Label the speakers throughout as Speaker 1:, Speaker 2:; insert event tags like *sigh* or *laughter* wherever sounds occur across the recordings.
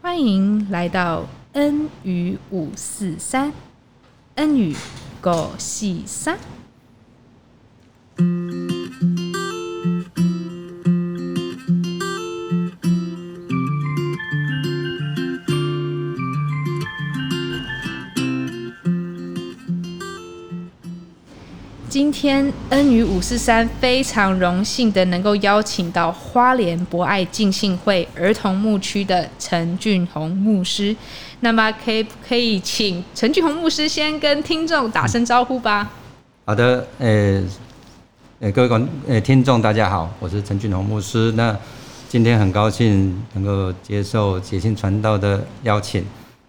Speaker 1: 欢迎来到 N 语五四三，N 语狗戏三。今天恩宇五四三非常荣幸的能够邀请到花莲博爱浸信会儿童牧区的陈俊宏牧师，那么可以可以请陈俊宏牧师先跟听众打声招呼吧。
Speaker 2: 好的，呃，呃，各位观呃听众大家好，我是陈俊宏牧师。那今天很高兴能够接受解信传道的邀请，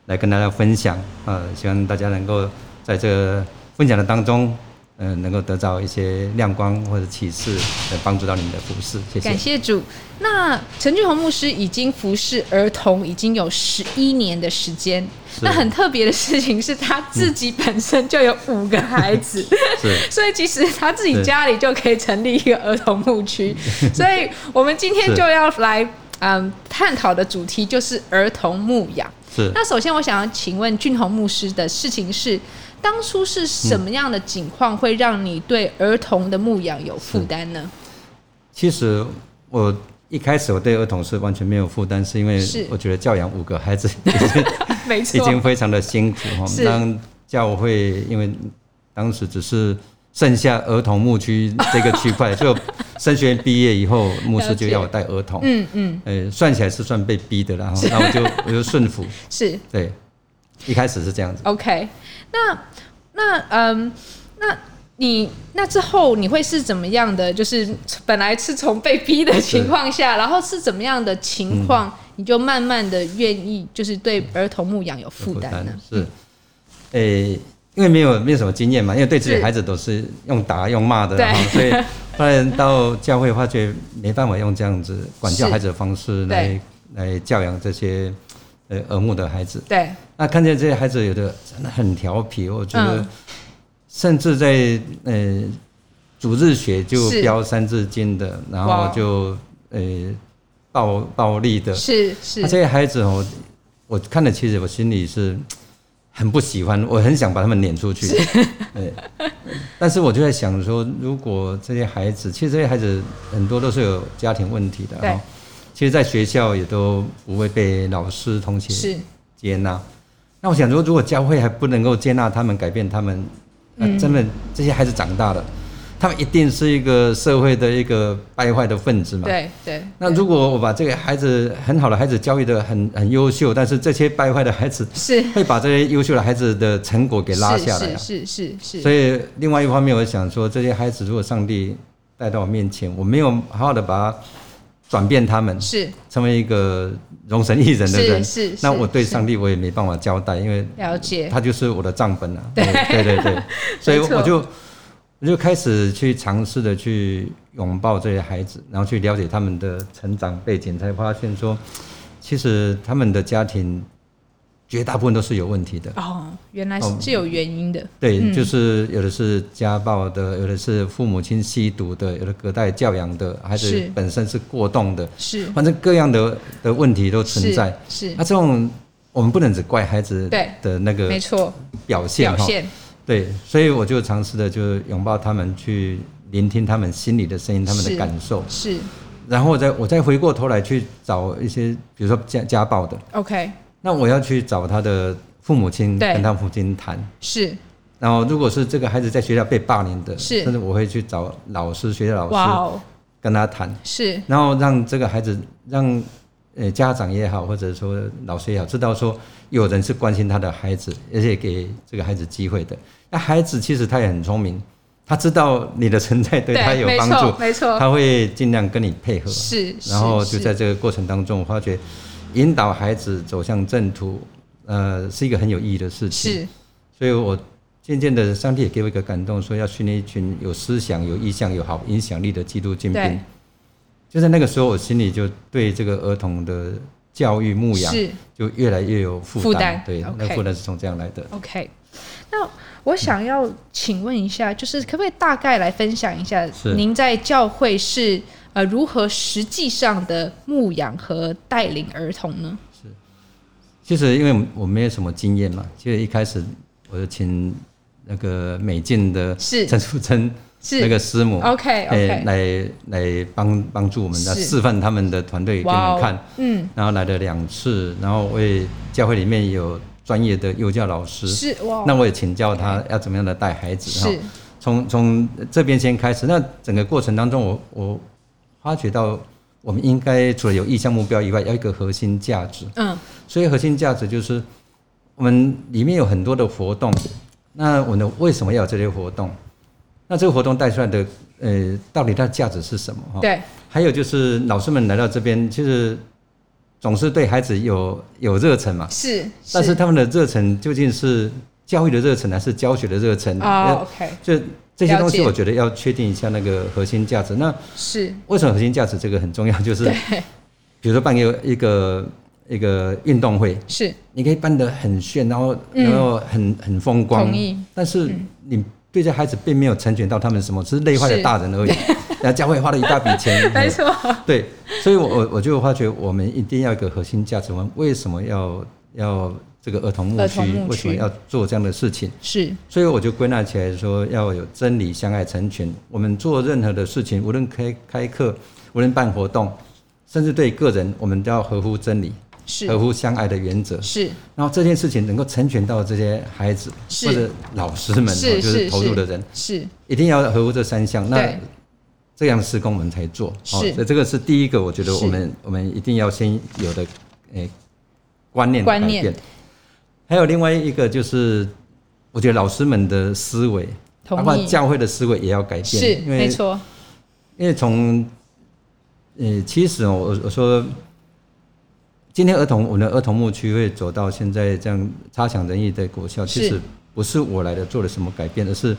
Speaker 2: 来跟大家分享。呃，希望大家能够在这个分享的当中，呃，能够得到一些亮光或者启示，呃，帮助到你们的服饰。谢谢
Speaker 1: 感。谢主。那陈俊宏牧师已经服侍儿童已经有十一年的时间，
Speaker 2: 是
Speaker 1: 那很特别的事情是他自己本身就有五个孩子。
Speaker 2: 是。
Speaker 1: *laughs* 所以其实他自己家里就可以成立一个儿童牧
Speaker 2: *laughs*
Speaker 1: 区，所以我们今天
Speaker 2: 是
Speaker 1: 就要来嗯探讨的主题就是儿童牧养。
Speaker 2: 是
Speaker 1: 那首先我想要请问俊宏牧师的事情是，当初是什么样的情况会让你对儿童的牧养有负担
Speaker 2: 嗯
Speaker 1: 呢？
Speaker 2: 其实我一开始我对儿童是完全没有负担，是因为
Speaker 1: 是
Speaker 2: 我觉得教养五个孩子
Speaker 1: *laughs* 没
Speaker 2: 已经
Speaker 1: 错，
Speaker 2: 非常的辛苦哈
Speaker 1: 是。
Speaker 2: 当教会因为当时只是剩下儿童牧区这个区块，就神学院毕业以后，牧师就要我带儿童。
Speaker 1: 嗯嗯，
Speaker 2: 呃，算起来是算被逼的啦，哈那我就我就顺服。
Speaker 1: 是
Speaker 2: 对，一开始是这样子。
Speaker 1: OK 那。那嗯，那你那之后你会是怎么样的？就是本来是从被逼的情况下，然后是怎么样的
Speaker 2: 嗯
Speaker 1: 情况，你就慢慢的愿意就是对儿童牧养有负担呢？
Speaker 2: 是，诶、因为没有没有什么经验嘛，因为对自己
Speaker 1: 是
Speaker 2: 孩子都是用打用骂的，
Speaker 1: 对
Speaker 2: 然后所以不然到教会发觉没办法用这样子管教
Speaker 1: 是
Speaker 2: 孩子的方式来来教养这些呃耳目的孩子。
Speaker 1: 对，
Speaker 2: 那看见这些孩子有的真的很调皮，我觉得
Speaker 1: 嗯
Speaker 2: 甚至在呃主日学就是标三字经的，然后
Speaker 1: 哇
Speaker 2: 就呃暴暴力的，
Speaker 1: 是
Speaker 2: 那
Speaker 1: 是，
Speaker 2: 这些孩子哦，我看了，其实我心里是很不喜欢，我很想把他们撵出去。 *laughs* 对，但是我就在想说，如果这些孩子，其实这些孩子很多都是有家庭问题的
Speaker 1: 对
Speaker 2: 哦，其实，在学校也都不会被老师、同学
Speaker 1: 是
Speaker 2: 接纳。那我想说，如果教会还不能够接纳他们、改变他们，那
Speaker 1: 嗯
Speaker 2: 真的这些孩子长大了，他们一定是一个社会的一个败坏的分子嘛。
Speaker 1: 对对。
Speaker 2: 那
Speaker 1: 对
Speaker 2: 如果我把这个孩子很好的孩子教育的很很优秀，但是这些败坏的孩子
Speaker 1: 是
Speaker 2: 会把这些优秀的孩子的成果给拉下来、啊。
Speaker 1: 是是是是
Speaker 2: 所
Speaker 1: 是，
Speaker 2: 以另外一方面，我想说，这些孩子如果上帝带到我面前，我没有好好的把他转变他们，
Speaker 1: 是
Speaker 2: 成为一个容神一人的人，
Speaker 1: 是是
Speaker 2: 那我对上
Speaker 1: 帝
Speaker 2: 帝我也没办法交代，因为
Speaker 1: 了解，
Speaker 2: 他就是我的
Speaker 1: *laughs*
Speaker 2: 账本啊。对对对对，所以
Speaker 1: 没错
Speaker 2: 我就我就开始去尝试的去拥抱这些孩子，然后去了解他们的成长背景，才发现说，其实他们的家庭绝大部分都是有问题的。
Speaker 1: 哦，原来
Speaker 2: 哦
Speaker 1: 是是有原因的，
Speaker 2: 对，
Speaker 1: 嗯
Speaker 2: 就是有的是家暴的，有的是父母亲吸毒的，有的隔代教养的，孩子
Speaker 1: 是
Speaker 2: 本身是过动的，
Speaker 1: 是
Speaker 2: 反正各样的的问题都存
Speaker 1: 是
Speaker 2: 在。
Speaker 1: 是
Speaker 2: 那、，这种我们不能只怪孩子
Speaker 1: 对
Speaker 2: 的那个
Speaker 1: 没错，
Speaker 2: 表现
Speaker 1: 表
Speaker 2: 哈，
Speaker 1: 现
Speaker 2: 对，所以我就尝试的就拥抱他们，去聆听他们心里的声音，他们的
Speaker 1: 是
Speaker 2: 感受，
Speaker 1: 是
Speaker 2: 然后我再我再回过头来去找一些，比如说家家暴的，
Speaker 1: OK，
Speaker 2: 那我要去找他的父母亲，
Speaker 1: 对
Speaker 2: 跟他父亲谈。
Speaker 1: 是
Speaker 2: 然后，如果是这个孩子在学校被霸凌的，
Speaker 1: 是
Speaker 2: 甚至我会去找老师、学校
Speaker 1: 哇
Speaker 2: 老师
Speaker 1: 哦，
Speaker 2: 跟他谈，
Speaker 1: 是
Speaker 2: 然后让这个孩子，让呃家长也好，或者说老师也好，知道说有人是关心他的孩子，而且给这个孩子机会的。那孩子其实他也很聪明，他知道你的存在对他有
Speaker 1: 没
Speaker 2: 帮
Speaker 1: 错
Speaker 2: 助，
Speaker 1: 没错，
Speaker 2: 他会尽量跟你配合。
Speaker 1: 是，是
Speaker 2: 然后就是在这个过程当中，我发觉引导孩子走向正途，呃，是一个很有意义的事情。
Speaker 1: 是
Speaker 2: 所以我渐渐的，上帝也给我一个感动，说要训练一群有思想、有意向、有好影响力的基督精
Speaker 1: 对
Speaker 2: 兵。就在那个时候，我心里就对这个儿童的教育牧养
Speaker 1: 是
Speaker 2: 就越来越有
Speaker 1: 负
Speaker 2: 负
Speaker 1: 担
Speaker 2: 担。对，
Speaker 1: OK
Speaker 2: 那负担是从这样来的。
Speaker 1: OK。那我想要请问一下，就是可不可以大概来分享一下，
Speaker 2: 是
Speaker 1: 您在教会是呃如何实际上的牧养和带领儿童呢？
Speaker 2: 其实因为我我没有什么经验嘛，其实一开始我就请那个美进的
Speaker 1: 是
Speaker 2: 陈淑珍
Speaker 1: 是
Speaker 2: 那个师母，
Speaker 1: OK
Speaker 2: 哎
Speaker 1: OK，
Speaker 2: 来来帮帮助我们，来
Speaker 1: 是
Speaker 2: 示范他们的团队给我们看。，
Speaker 1: 嗯，
Speaker 2: 然后来了两次，然后我也教会里面有专业的幼教老师，
Speaker 1: 是哇，哦
Speaker 2: 那我也请教他要怎么样的带孩子哈
Speaker 1: 是。
Speaker 2: 从从这边先开始，那整个过程当中我，我发觉到我们应该除了有意向目标以外，要一个核心价值。
Speaker 1: 嗯
Speaker 2: 所以核心价值就是我们里面有很多的活动，那我们为什么要有这些活动？那这个活动带出来的呃，到底它的价值是什么？哈，
Speaker 1: 对
Speaker 2: 还有就是老师们来到这边，其实总是对孩子有有热忱嘛，
Speaker 1: 是，
Speaker 2: 但是他们的热忱究竟是教育的热忱还是教学的热忱？
Speaker 1: 啊
Speaker 2: 呃
Speaker 1: ，OK，
Speaker 2: 就这些东西，
Speaker 1: 了解
Speaker 2: 我觉得要确定一下那个核心价值。那
Speaker 1: 是
Speaker 2: 为什么核心价值这个很重要？就是比如说办一个一个一个运动会，
Speaker 1: 是
Speaker 2: 你可以办得很炫，然后
Speaker 1: 嗯
Speaker 2: 然后很、很风光
Speaker 1: 同意，，
Speaker 2: 但是你对这孩子并没有成全到他们什么，只是累坏了大人而已。 *laughs* 然后教会花了一大笔钱
Speaker 1: *laughs* 没错，
Speaker 2: 对，所以我我我就发觉，我们一定要有一个核心价值观，为什么要要这个儿童牧
Speaker 1: 儿
Speaker 2: 区
Speaker 1: 童牧？
Speaker 2: 为什么
Speaker 1: 区
Speaker 2: 要做这样的事情？
Speaker 1: 是
Speaker 2: 所以我就归纳起来说，要有真理相爱成群。我们做任何的事情，无论开开课，无论办活动，甚至对个人，我们都要合乎真理，合
Speaker 1: 是
Speaker 2: 乎相爱的原则。
Speaker 1: 是
Speaker 2: 然后这件事情能够成全到这些孩子
Speaker 1: 是
Speaker 2: 或者老师们，
Speaker 1: 是
Speaker 2: 哦就是投入的人，啊
Speaker 1: 是
Speaker 2: 一定要合乎这三项。那
Speaker 1: 对
Speaker 2: 这样施工我们才做。哦
Speaker 1: 是
Speaker 2: 所以这个是第一个，我觉得
Speaker 1: 是
Speaker 2: 我们我们一定要先有的诶、观念的
Speaker 1: 观
Speaker 2: 改
Speaker 1: 念
Speaker 2: 变。还有另外一个就是，我觉得老师们的思维，包
Speaker 1: 同
Speaker 2: 括
Speaker 1: 意
Speaker 2: 教会的思维也要改变。
Speaker 1: 是
Speaker 2: 因为
Speaker 1: 没错，
Speaker 2: 因为从呃，其实哦我我说，今天儿童我们的儿童牧区会走到现在这样差强人意的国校，
Speaker 1: 是
Speaker 2: 其实不是我来的做了什么改变，而是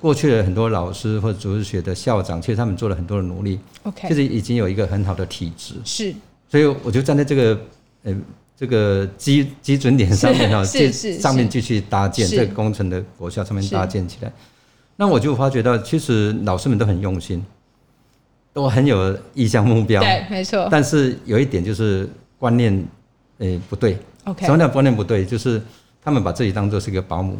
Speaker 2: 过去的很多老师或者主日学的校长，其实他们做了很多的努力，其
Speaker 1: OK
Speaker 2: 实已经有一个很好的体质，
Speaker 1: 是
Speaker 2: 所以我就站在这个呃这个基基准点上面哈，
Speaker 1: 是
Speaker 2: 这
Speaker 1: 是是
Speaker 2: 上面继续搭建
Speaker 1: 是
Speaker 2: 这个工程的国校上面
Speaker 1: 是
Speaker 2: 搭建起来。那我就发觉到，其实老师们都很用心，都很有意向目标，
Speaker 1: 对，没错
Speaker 2: 但是有一点就是观念呃不对。
Speaker 1: ，OK
Speaker 2: 什么叫观念不对？就是他们把自己当做是一个保姆，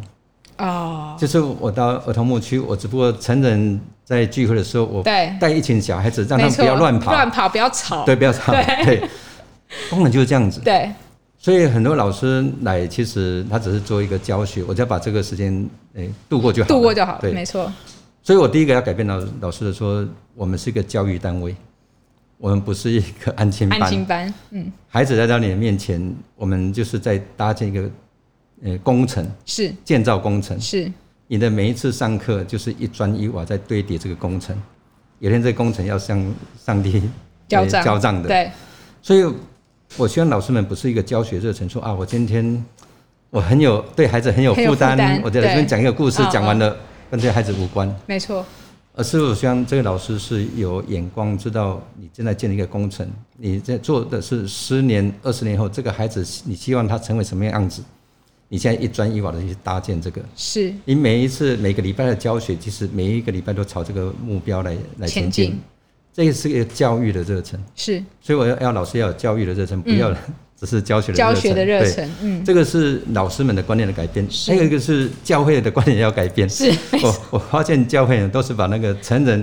Speaker 1: 哦，
Speaker 2: 就是我到儿童牧区，我只不过成人在聚会的时候，我
Speaker 1: 对，
Speaker 2: 带一群小孩子，让
Speaker 1: 没
Speaker 2: 他们不
Speaker 1: 错，
Speaker 2: 要乱跑，
Speaker 1: 乱跑不要吵，
Speaker 2: 对，不要吵，对，功能就是这样子。
Speaker 1: 对
Speaker 2: 所以很多老师来，其实他只是做一个教学，我只要把这个时间诶、度过就好了，
Speaker 1: 度过就好了，
Speaker 2: 对，
Speaker 1: 没错，
Speaker 2: 所以我第一个要改变老老师的说，我们是一个教育单位，我们不是一个安亲班。
Speaker 1: 安心班，嗯，
Speaker 2: 孩子来到你的面前，我们就是在搭建一个呃工程，
Speaker 1: 是
Speaker 2: 建造工程。
Speaker 1: 是
Speaker 2: 你的每一次上课就是一砖一瓦在堆叠这个工程，有一天这个工程要向上帝
Speaker 1: 交
Speaker 2: 呃
Speaker 1: 账
Speaker 2: 交账的。
Speaker 1: 对，
Speaker 2: 所以我希望老师们不是一个教学热忱，说啊，我今天我很有对孩子很有
Speaker 1: 很有
Speaker 2: 负担
Speaker 1: 负担，
Speaker 2: 我在这边
Speaker 1: 对
Speaker 2: 讲一个故事
Speaker 1: 嗯，
Speaker 2: 讲完了跟这个孩子无关。
Speaker 1: 没错，
Speaker 2: 而是我希望这个老师是有眼光，知道你正在建立一个工程，你在做的是十年、二十年后这个孩子，你希望他成为什么样子？你现在一砖一瓦的去搭建这个，
Speaker 1: 是
Speaker 2: 你每一次每个礼拜的教学，其实每一个礼拜都朝这个目标来来
Speaker 1: 前进
Speaker 2: 前进，这也是一个教育的热忱。
Speaker 1: 是
Speaker 2: 所以我要要老师要有教育的热忱，不要 *laughs* 只是教学的
Speaker 1: 嗯教学的热
Speaker 2: 对
Speaker 1: 忱，嗯，
Speaker 2: 这个是老师们的观念的改变，
Speaker 1: 是
Speaker 2: 还有一个是教会的观念要改变。
Speaker 1: 是
Speaker 2: *laughs* 我我发现教会都是把那个成人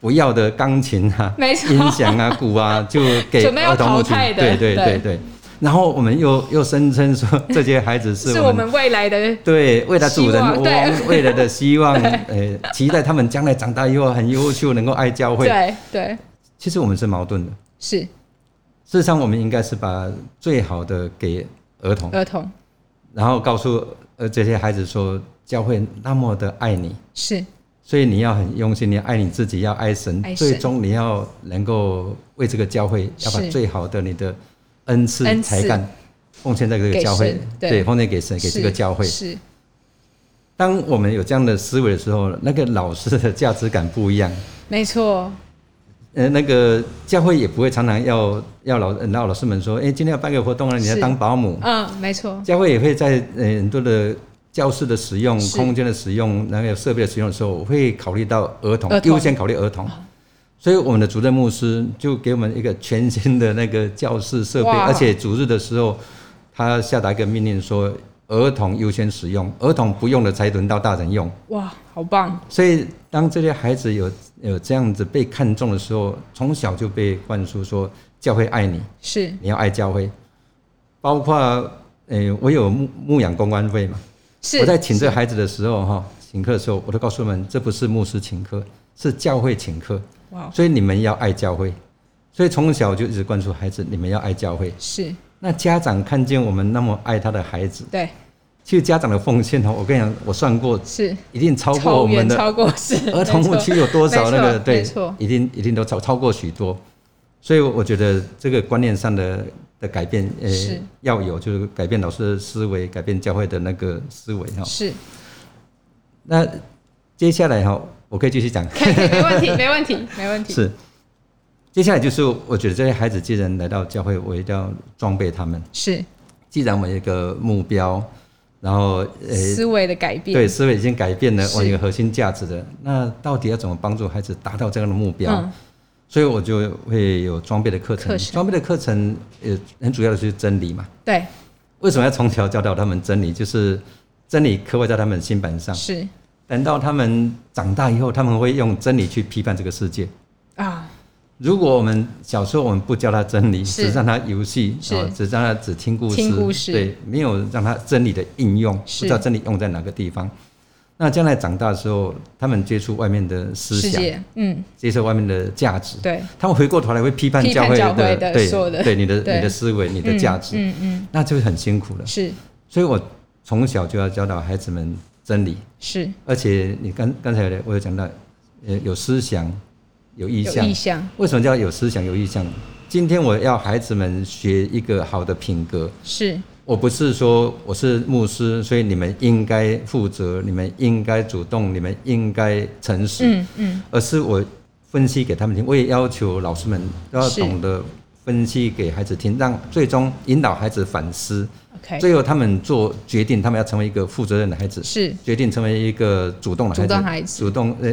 Speaker 2: 不要的钢琴啊、
Speaker 1: 没错
Speaker 2: 音响啊、鼓啊，
Speaker 1: *laughs*
Speaker 2: 就给
Speaker 1: 准备要
Speaker 2: 儿童牧
Speaker 1: 淘
Speaker 2: 区
Speaker 1: 汰的
Speaker 2: 对对
Speaker 1: 对
Speaker 2: 对对。然后我们又又声称说这些孩子是
Speaker 1: 是
Speaker 2: 我
Speaker 1: 我
Speaker 2: 们
Speaker 1: 们未来的
Speaker 2: 对未来主
Speaker 1: 希
Speaker 2: 人
Speaker 1: 望
Speaker 2: 翁
Speaker 1: 对 *laughs*
Speaker 2: 未来的希望，呃，期待他们将来长大以后很优秀，能够爱教会。
Speaker 1: 对对
Speaker 2: 其实我们是矛盾的。
Speaker 1: 是
Speaker 2: 事实上，我们应该是把最好的给儿童，
Speaker 1: 儿童
Speaker 2: 然后告诉呃这些孩子说，教会那么的爱你，
Speaker 1: 是
Speaker 2: 所以你要很用心，你要爱你自己，要爱神，
Speaker 1: 爱神
Speaker 2: 最终你要能够为这个教会，
Speaker 1: 是
Speaker 2: 要把最好的你的恩赐
Speaker 1: 恩、赐
Speaker 2: 才干奉献在这个教会
Speaker 1: 给神，对
Speaker 2: 奉献给神，给这个
Speaker 1: 是
Speaker 2: 教会。
Speaker 1: 是
Speaker 2: 当我们有这样的思维的时候，那个老师的价值感不一样，
Speaker 1: 没
Speaker 2: 哦
Speaker 1: 错，
Speaker 2: 呃，那个教会也不会常常要要老呃让老师们说，哎，今天要办个活动啊，你要
Speaker 1: 是
Speaker 2: 当保姆，
Speaker 1: 嗯，没错，
Speaker 2: 教会也会在呃很多的教室的使用、
Speaker 1: 是
Speaker 2: 空间的使用、那个设备的使用的时候，我会考虑到儿童
Speaker 1: 儿，童
Speaker 2: 优先考虑儿童。所以我们的主任牧师就给我们一个全新的那个教室设备，
Speaker 1: 哇
Speaker 2: 而且主日的时候他下达一个命令说，儿童优先使用，儿童不用的才轮到大人用。
Speaker 1: 哇，好棒！
Speaker 2: 所以，当这些孩子有有这样子被看重的时候，从小就被灌输说教会爱你，
Speaker 1: 是
Speaker 2: 你要爱教会。包括，呃，我有牧牧养公关会嘛，
Speaker 1: 是，
Speaker 2: 我在请这孩子的时候，哈，请客的时候，我都告诉他们，这不是牧师请客，是教会请客，
Speaker 1: 哇，
Speaker 2: 所以你们要爱教会。所以从小就一直灌输孩子，你们要爱教会。
Speaker 1: 是
Speaker 2: 那家长看见我们那么爱他的孩子，
Speaker 1: 对，
Speaker 2: 其实家长的奉献哈，我跟你讲，我算过，
Speaker 1: 是
Speaker 2: 一定超过我
Speaker 1: 超
Speaker 2: 们
Speaker 1: 远
Speaker 2: 的
Speaker 1: 超过是
Speaker 2: *laughs* 儿童牧区有多少
Speaker 1: 没
Speaker 2: 那
Speaker 1: 错
Speaker 2: 个
Speaker 1: 没
Speaker 2: 对
Speaker 1: 错，
Speaker 2: 一定一定都超超过许多，所以我觉得这个观念上的的改变，呃
Speaker 1: 是，
Speaker 2: 要有就是改变老师的思维，改变教会的那个思维哈
Speaker 1: 没错。是，
Speaker 2: 那接下来哈，我可以继续讲，
Speaker 1: 可以，可以没问题，没问题，没问题，
Speaker 2: 是，接下来就是我觉得这些孩子既然来到教会，我一定要装备他们，
Speaker 1: 是
Speaker 2: 既然我有一个目标，然后呃。
Speaker 1: 思维的改变，
Speaker 2: 对，思维已经改变了
Speaker 1: 是
Speaker 2: 我一个核心价值的，那到底要怎么帮助孩子达到这样的目标？
Speaker 1: 嗯，
Speaker 2: 所以我就会有装备的课
Speaker 1: 课
Speaker 2: 程，
Speaker 1: 程
Speaker 2: 装备的课程呃很主要的是真理嘛。
Speaker 1: 对，
Speaker 2: 为什么要从小教导他们真理？就是真理刻画在他们心板上，
Speaker 1: 是
Speaker 2: 等到他们长大以后，他们会用真理去批判这个世界。
Speaker 1: 啊，
Speaker 2: 如果我们小时候我们不教他真理，
Speaker 1: 是
Speaker 2: 只让他游戏，
Speaker 1: 是
Speaker 2: 哦只让他只听故事，
Speaker 1: 听故事
Speaker 2: 对，没有让他真理的应用，不
Speaker 1: 是
Speaker 2: 知道真理用在哪个地方。那将来长大的时候，他们接触外面的思
Speaker 1: 世
Speaker 2: 想，
Speaker 1: 界，嗯，
Speaker 2: 接受外面的价值，
Speaker 1: 对，
Speaker 2: 他们回过头来会批判
Speaker 1: 批判
Speaker 2: 教会
Speaker 1: 教会的
Speaker 2: 的对
Speaker 1: 所有的
Speaker 2: 对你的
Speaker 1: 对
Speaker 2: 你的思维、你的
Speaker 1: 嗯
Speaker 2: 价值，
Speaker 1: 嗯嗯，
Speaker 2: 那就很辛苦了。
Speaker 1: 是
Speaker 2: 所以我从小就要教导孩子们真理，
Speaker 1: 是
Speaker 2: 而且你刚刚才有我有讲到，呃，有思想，有意
Speaker 1: 有
Speaker 2: 向
Speaker 1: 意。向，
Speaker 2: 为什么叫有思想、有意向？今天我要孩子们学一个好的品格，
Speaker 1: 是
Speaker 2: 我不是说我是牧师，所以你们应该负责，你们应该主动，你们应该诚实。
Speaker 1: 嗯嗯，
Speaker 2: 而是我分析给他们听，我也要求老师们都要
Speaker 1: 是
Speaker 2: 懂得分析给孩子听，让最终引导孩子反思，
Speaker 1: OK，
Speaker 2: 最后他们做决定，他们要成为一个负责任的孩子，
Speaker 1: 是
Speaker 2: 决定成为一个主动的孩子，
Speaker 1: 主动孩子
Speaker 2: 主动呃，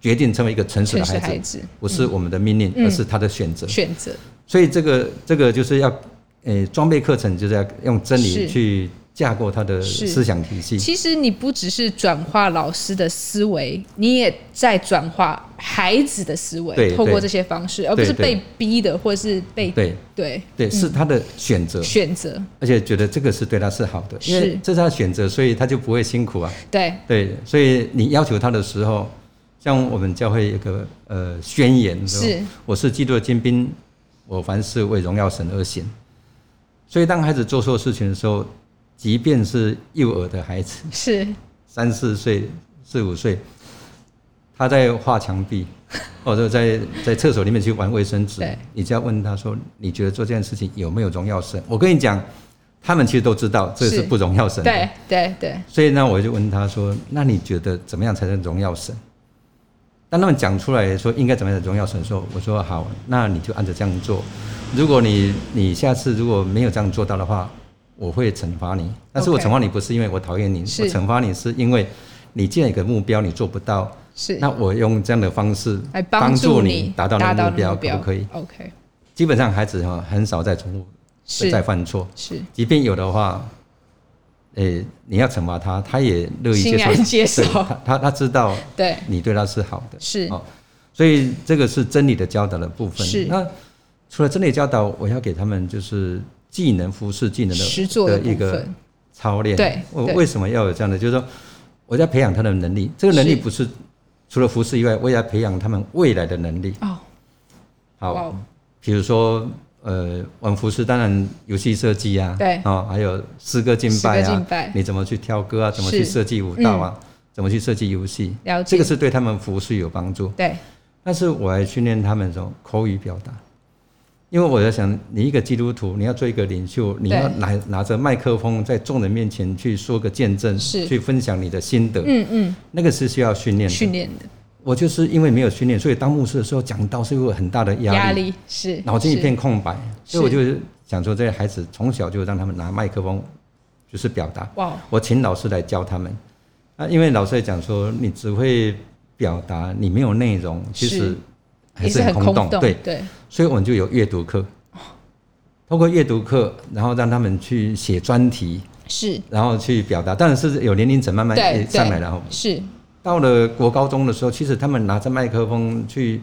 Speaker 2: 决定成为一个诚实
Speaker 1: 确
Speaker 2: 的
Speaker 1: 实
Speaker 2: 孩子，
Speaker 1: 孩子
Speaker 2: 不是我们的命令，
Speaker 1: 嗯
Speaker 2: 而是他的选择。
Speaker 1: 选择
Speaker 2: 所以这个这个就是要，呃，装备课程就是要用真
Speaker 1: 是
Speaker 2: 理去架构他的
Speaker 1: 是
Speaker 2: 思想体系。
Speaker 1: 其实你不只是转化老师的思维，你也在转化孩子的思维，
Speaker 2: 对
Speaker 1: 透过
Speaker 2: 对
Speaker 1: 这些方式，而不是
Speaker 2: 对
Speaker 1: 被逼的，或是被
Speaker 2: 对
Speaker 1: 对嗯
Speaker 2: 对，是他的选择。
Speaker 1: 选择，
Speaker 2: 而且觉得这个是对他是好的，因
Speaker 1: 是
Speaker 2: 为这是他选择，所以他就不会辛苦啊。
Speaker 1: 对
Speaker 2: 对，所以你要求他的时候，像我们教会有个呃宣言，
Speaker 1: 是
Speaker 2: 我是基督的精兵，我凡事为荣耀神而行。所以当孩子做错事情的时候，即便是幼儿的孩子，
Speaker 1: 是
Speaker 2: 三四岁、四五岁，他在画墙
Speaker 1: *laughs*
Speaker 2: 壁，或者在在厕所里面去玩卫生纸
Speaker 1: 对，
Speaker 2: 你就要问他说：“你觉得做这件事情有没有荣耀神？”我跟你讲，他们其实都知道这
Speaker 1: 是
Speaker 2: 是不荣耀神的。
Speaker 1: 对对对
Speaker 2: 所以呢，我就问他说：“那你觉得怎么样才能荣耀神？”当他们讲出来说应该怎么样才荣耀神的时候，我说：“好，那你就按着这样做。如果你你下次如果没有这样做到的话，我会惩罚你。但是我
Speaker 1: OK
Speaker 2: 惩罚你不是因为我讨厌你，
Speaker 1: 是
Speaker 2: 我惩罚你是因为你既然有个目标你做不到，
Speaker 1: 是，
Speaker 2: 那我用这样的方式
Speaker 1: 来
Speaker 2: 帮
Speaker 1: 助
Speaker 2: 助你达到那个目标，可不可以？
Speaker 1: ？OK，
Speaker 2: 基本上孩子哈很少再重复
Speaker 1: 是
Speaker 2: 再犯错，
Speaker 1: 是
Speaker 2: 即便有的话，诶、你要惩罚他，他也乐意
Speaker 1: 欣
Speaker 2: 接受，
Speaker 1: 然接受
Speaker 2: 对他他他知道
Speaker 1: 对
Speaker 2: 你对他是好的，
Speaker 1: 是
Speaker 2: 哦，所以这个是真理的教导的部分。
Speaker 1: 是
Speaker 2: 那除了真理教导，我要给他们就是技能、服饰技能的
Speaker 1: 实作的
Speaker 2: 一
Speaker 1: 部
Speaker 2: 个
Speaker 1: 分
Speaker 2: 操练。
Speaker 1: 对
Speaker 2: 我
Speaker 1: 对
Speaker 2: 为什么要有这样的？就是说，我在培养他的能力，这个能力
Speaker 1: 是
Speaker 2: 不是除了服饰以外，我也要培养他们未来的能力。
Speaker 1: 哦，
Speaker 2: 好，
Speaker 1: 哇哦
Speaker 2: 比如说呃，玩服饰当然游戏设计啊，
Speaker 1: 对
Speaker 2: 哦，还有诗歌敬拜
Speaker 1: 诗歌
Speaker 2: 啊，
Speaker 1: 敬拜
Speaker 2: 你怎么去挑歌啊，怎么
Speaker 1: 是
Speaker 2: 去设计舞蹈啊，怎么去设计游戏，
Speaker 1: 嗯了解
Speaker 2: 这个是对他们服饰有帮助。
Speaker 1: 对
Speaker 2: 但是我还训练他们什么口语表达，因为我在想，你一个基督徒，你要做一个领袖，你要拿拿着麦克风在众人面前去说个见证，
Speaker 1: 是
Speaker 2: 去分享你的心得，
Speaker 1: 嗯嗯
Speaker 2: 那个是需要训练的。
Speaker 1: 训练的
Speaker 2: 我就是因为没有训练，所以当牧师的时候讲道是有很大的压力。
Speaker 1: 压力是
Speaker 2: 脑筋一
Speaker 1: 是
Speaker 2: 片空白，
Speaker 1: 是
Speaker 2: 所以我就想说，这些孩子从小就让他们拿麦克风，就是表达。
Speaker 1: 哇哦
Speaker 2: 我请老师来教他们，啊，因为老师也讲说，你只会表达，你没有内容，其
Speaker 1: 是
Speaker 2: 实还
Speaker 1: 也
Speaker 2: 是
Speaker 1: 很
Speaker 2: 很空洞。
Speaker 1: 洞哦
Speaker 2: 对，
Speaker 1: 对
Speaker 2: 所以我们就有阅读课，通过阅读课，然后让他们去写专题，
Speaker 1: 是，
Speaker 2: 然后去表达。当然是有年龄层慢慢
Speaker 1: 对
Speaker 2: 也上来
Speaker 1: 对
Speaker 2: 了哈。哦
Speaker 1: 是
Speaker 2: 到了国高中的时候，其实他们拿着麦克风去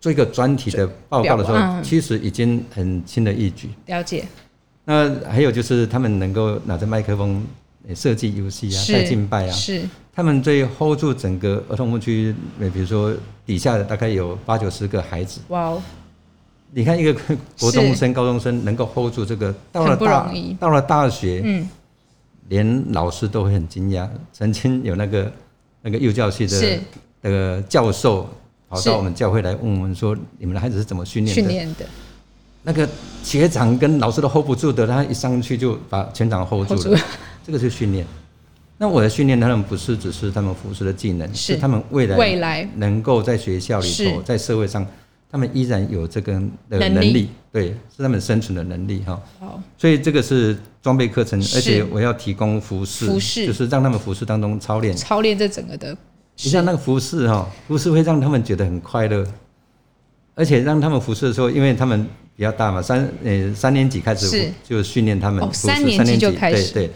Speaker 2: 做一个专题的报告的时候，
Speaker 1: 表嗯
Speaker 2: 其实已经很轻而易举。
Speaker 1: 了解，
Speaker 2: 那还有就是他们能够拿着麦克风呃设计游戏啊，
Speaker 1: 是
Speaker 2: 带敬拜啊，
Speaker 1: 是
Speaker 2: 他们最 hold 住整个儿童牧区，呃，比如说底下的大概有八九十个孩子，
Speaker 1: 哇哦，
Speaker 2: 你看
Speaker 1: *laughs*
Speaker 2: 一个国中生、高中生能够 hold 住这个，到了
Speaker 1: 很不
Speaker 2: 大
Speaker 1: 容易
Speaker 2: 到了大学，
Speaker 1: 嗯，
Speaker 2: 连老师都会很惊讶。曾经有那个那个幼教系的
Speaker 1: 是
Speaker 2: 那个教授跑
Speaker 1: 是
Speaker 2: 到我们教会来问我们说，你们的孩子是怎么训练
Speaker 1: 训
Speaker 2: 的？
Speaker 1: 练的
Speaker 2: 那个学长跟老师都 hold 不住的，他一上去就把全场 hold 住
Speaker 1: hold
Speaker 2: 了。这个是训练。那我的训练，他们不是只是他们服饰的技能，
Speaker 1: 是
Speaker 2: 是他们未来
Speaker 1: 未来
Speaker 2: 能够在学校里头，
Speaker 1: 是
Speaker 2: 在社会上，他们依然有这个呃
Speaker 1: 能力
Speaker 2: 能力，对，是他们生存的能力哈。
Speaker 1: 哦，
Speaker 2: 所以这个是装备课程，
Speaker 1: 是
Speaker 2: 而且我要提供服饰，
Speaker 1: 服饰
Speaker 2: 就是让他们服饰当中操练。
Speaker 1: 操练这整个的，
Speaker 2: 你像那个服饰哈、服饰会让他们觉得很快乐，而且让他们服饰的时候，因为他们比较大嘛，三呃三年级开
Speaker 1: 是
Speaker 2: 始就训练他们
Speaker 1: 哦
Speaker 2: 服饰，
Speaker 1: 三年级就开始
Speaker 2: 对对，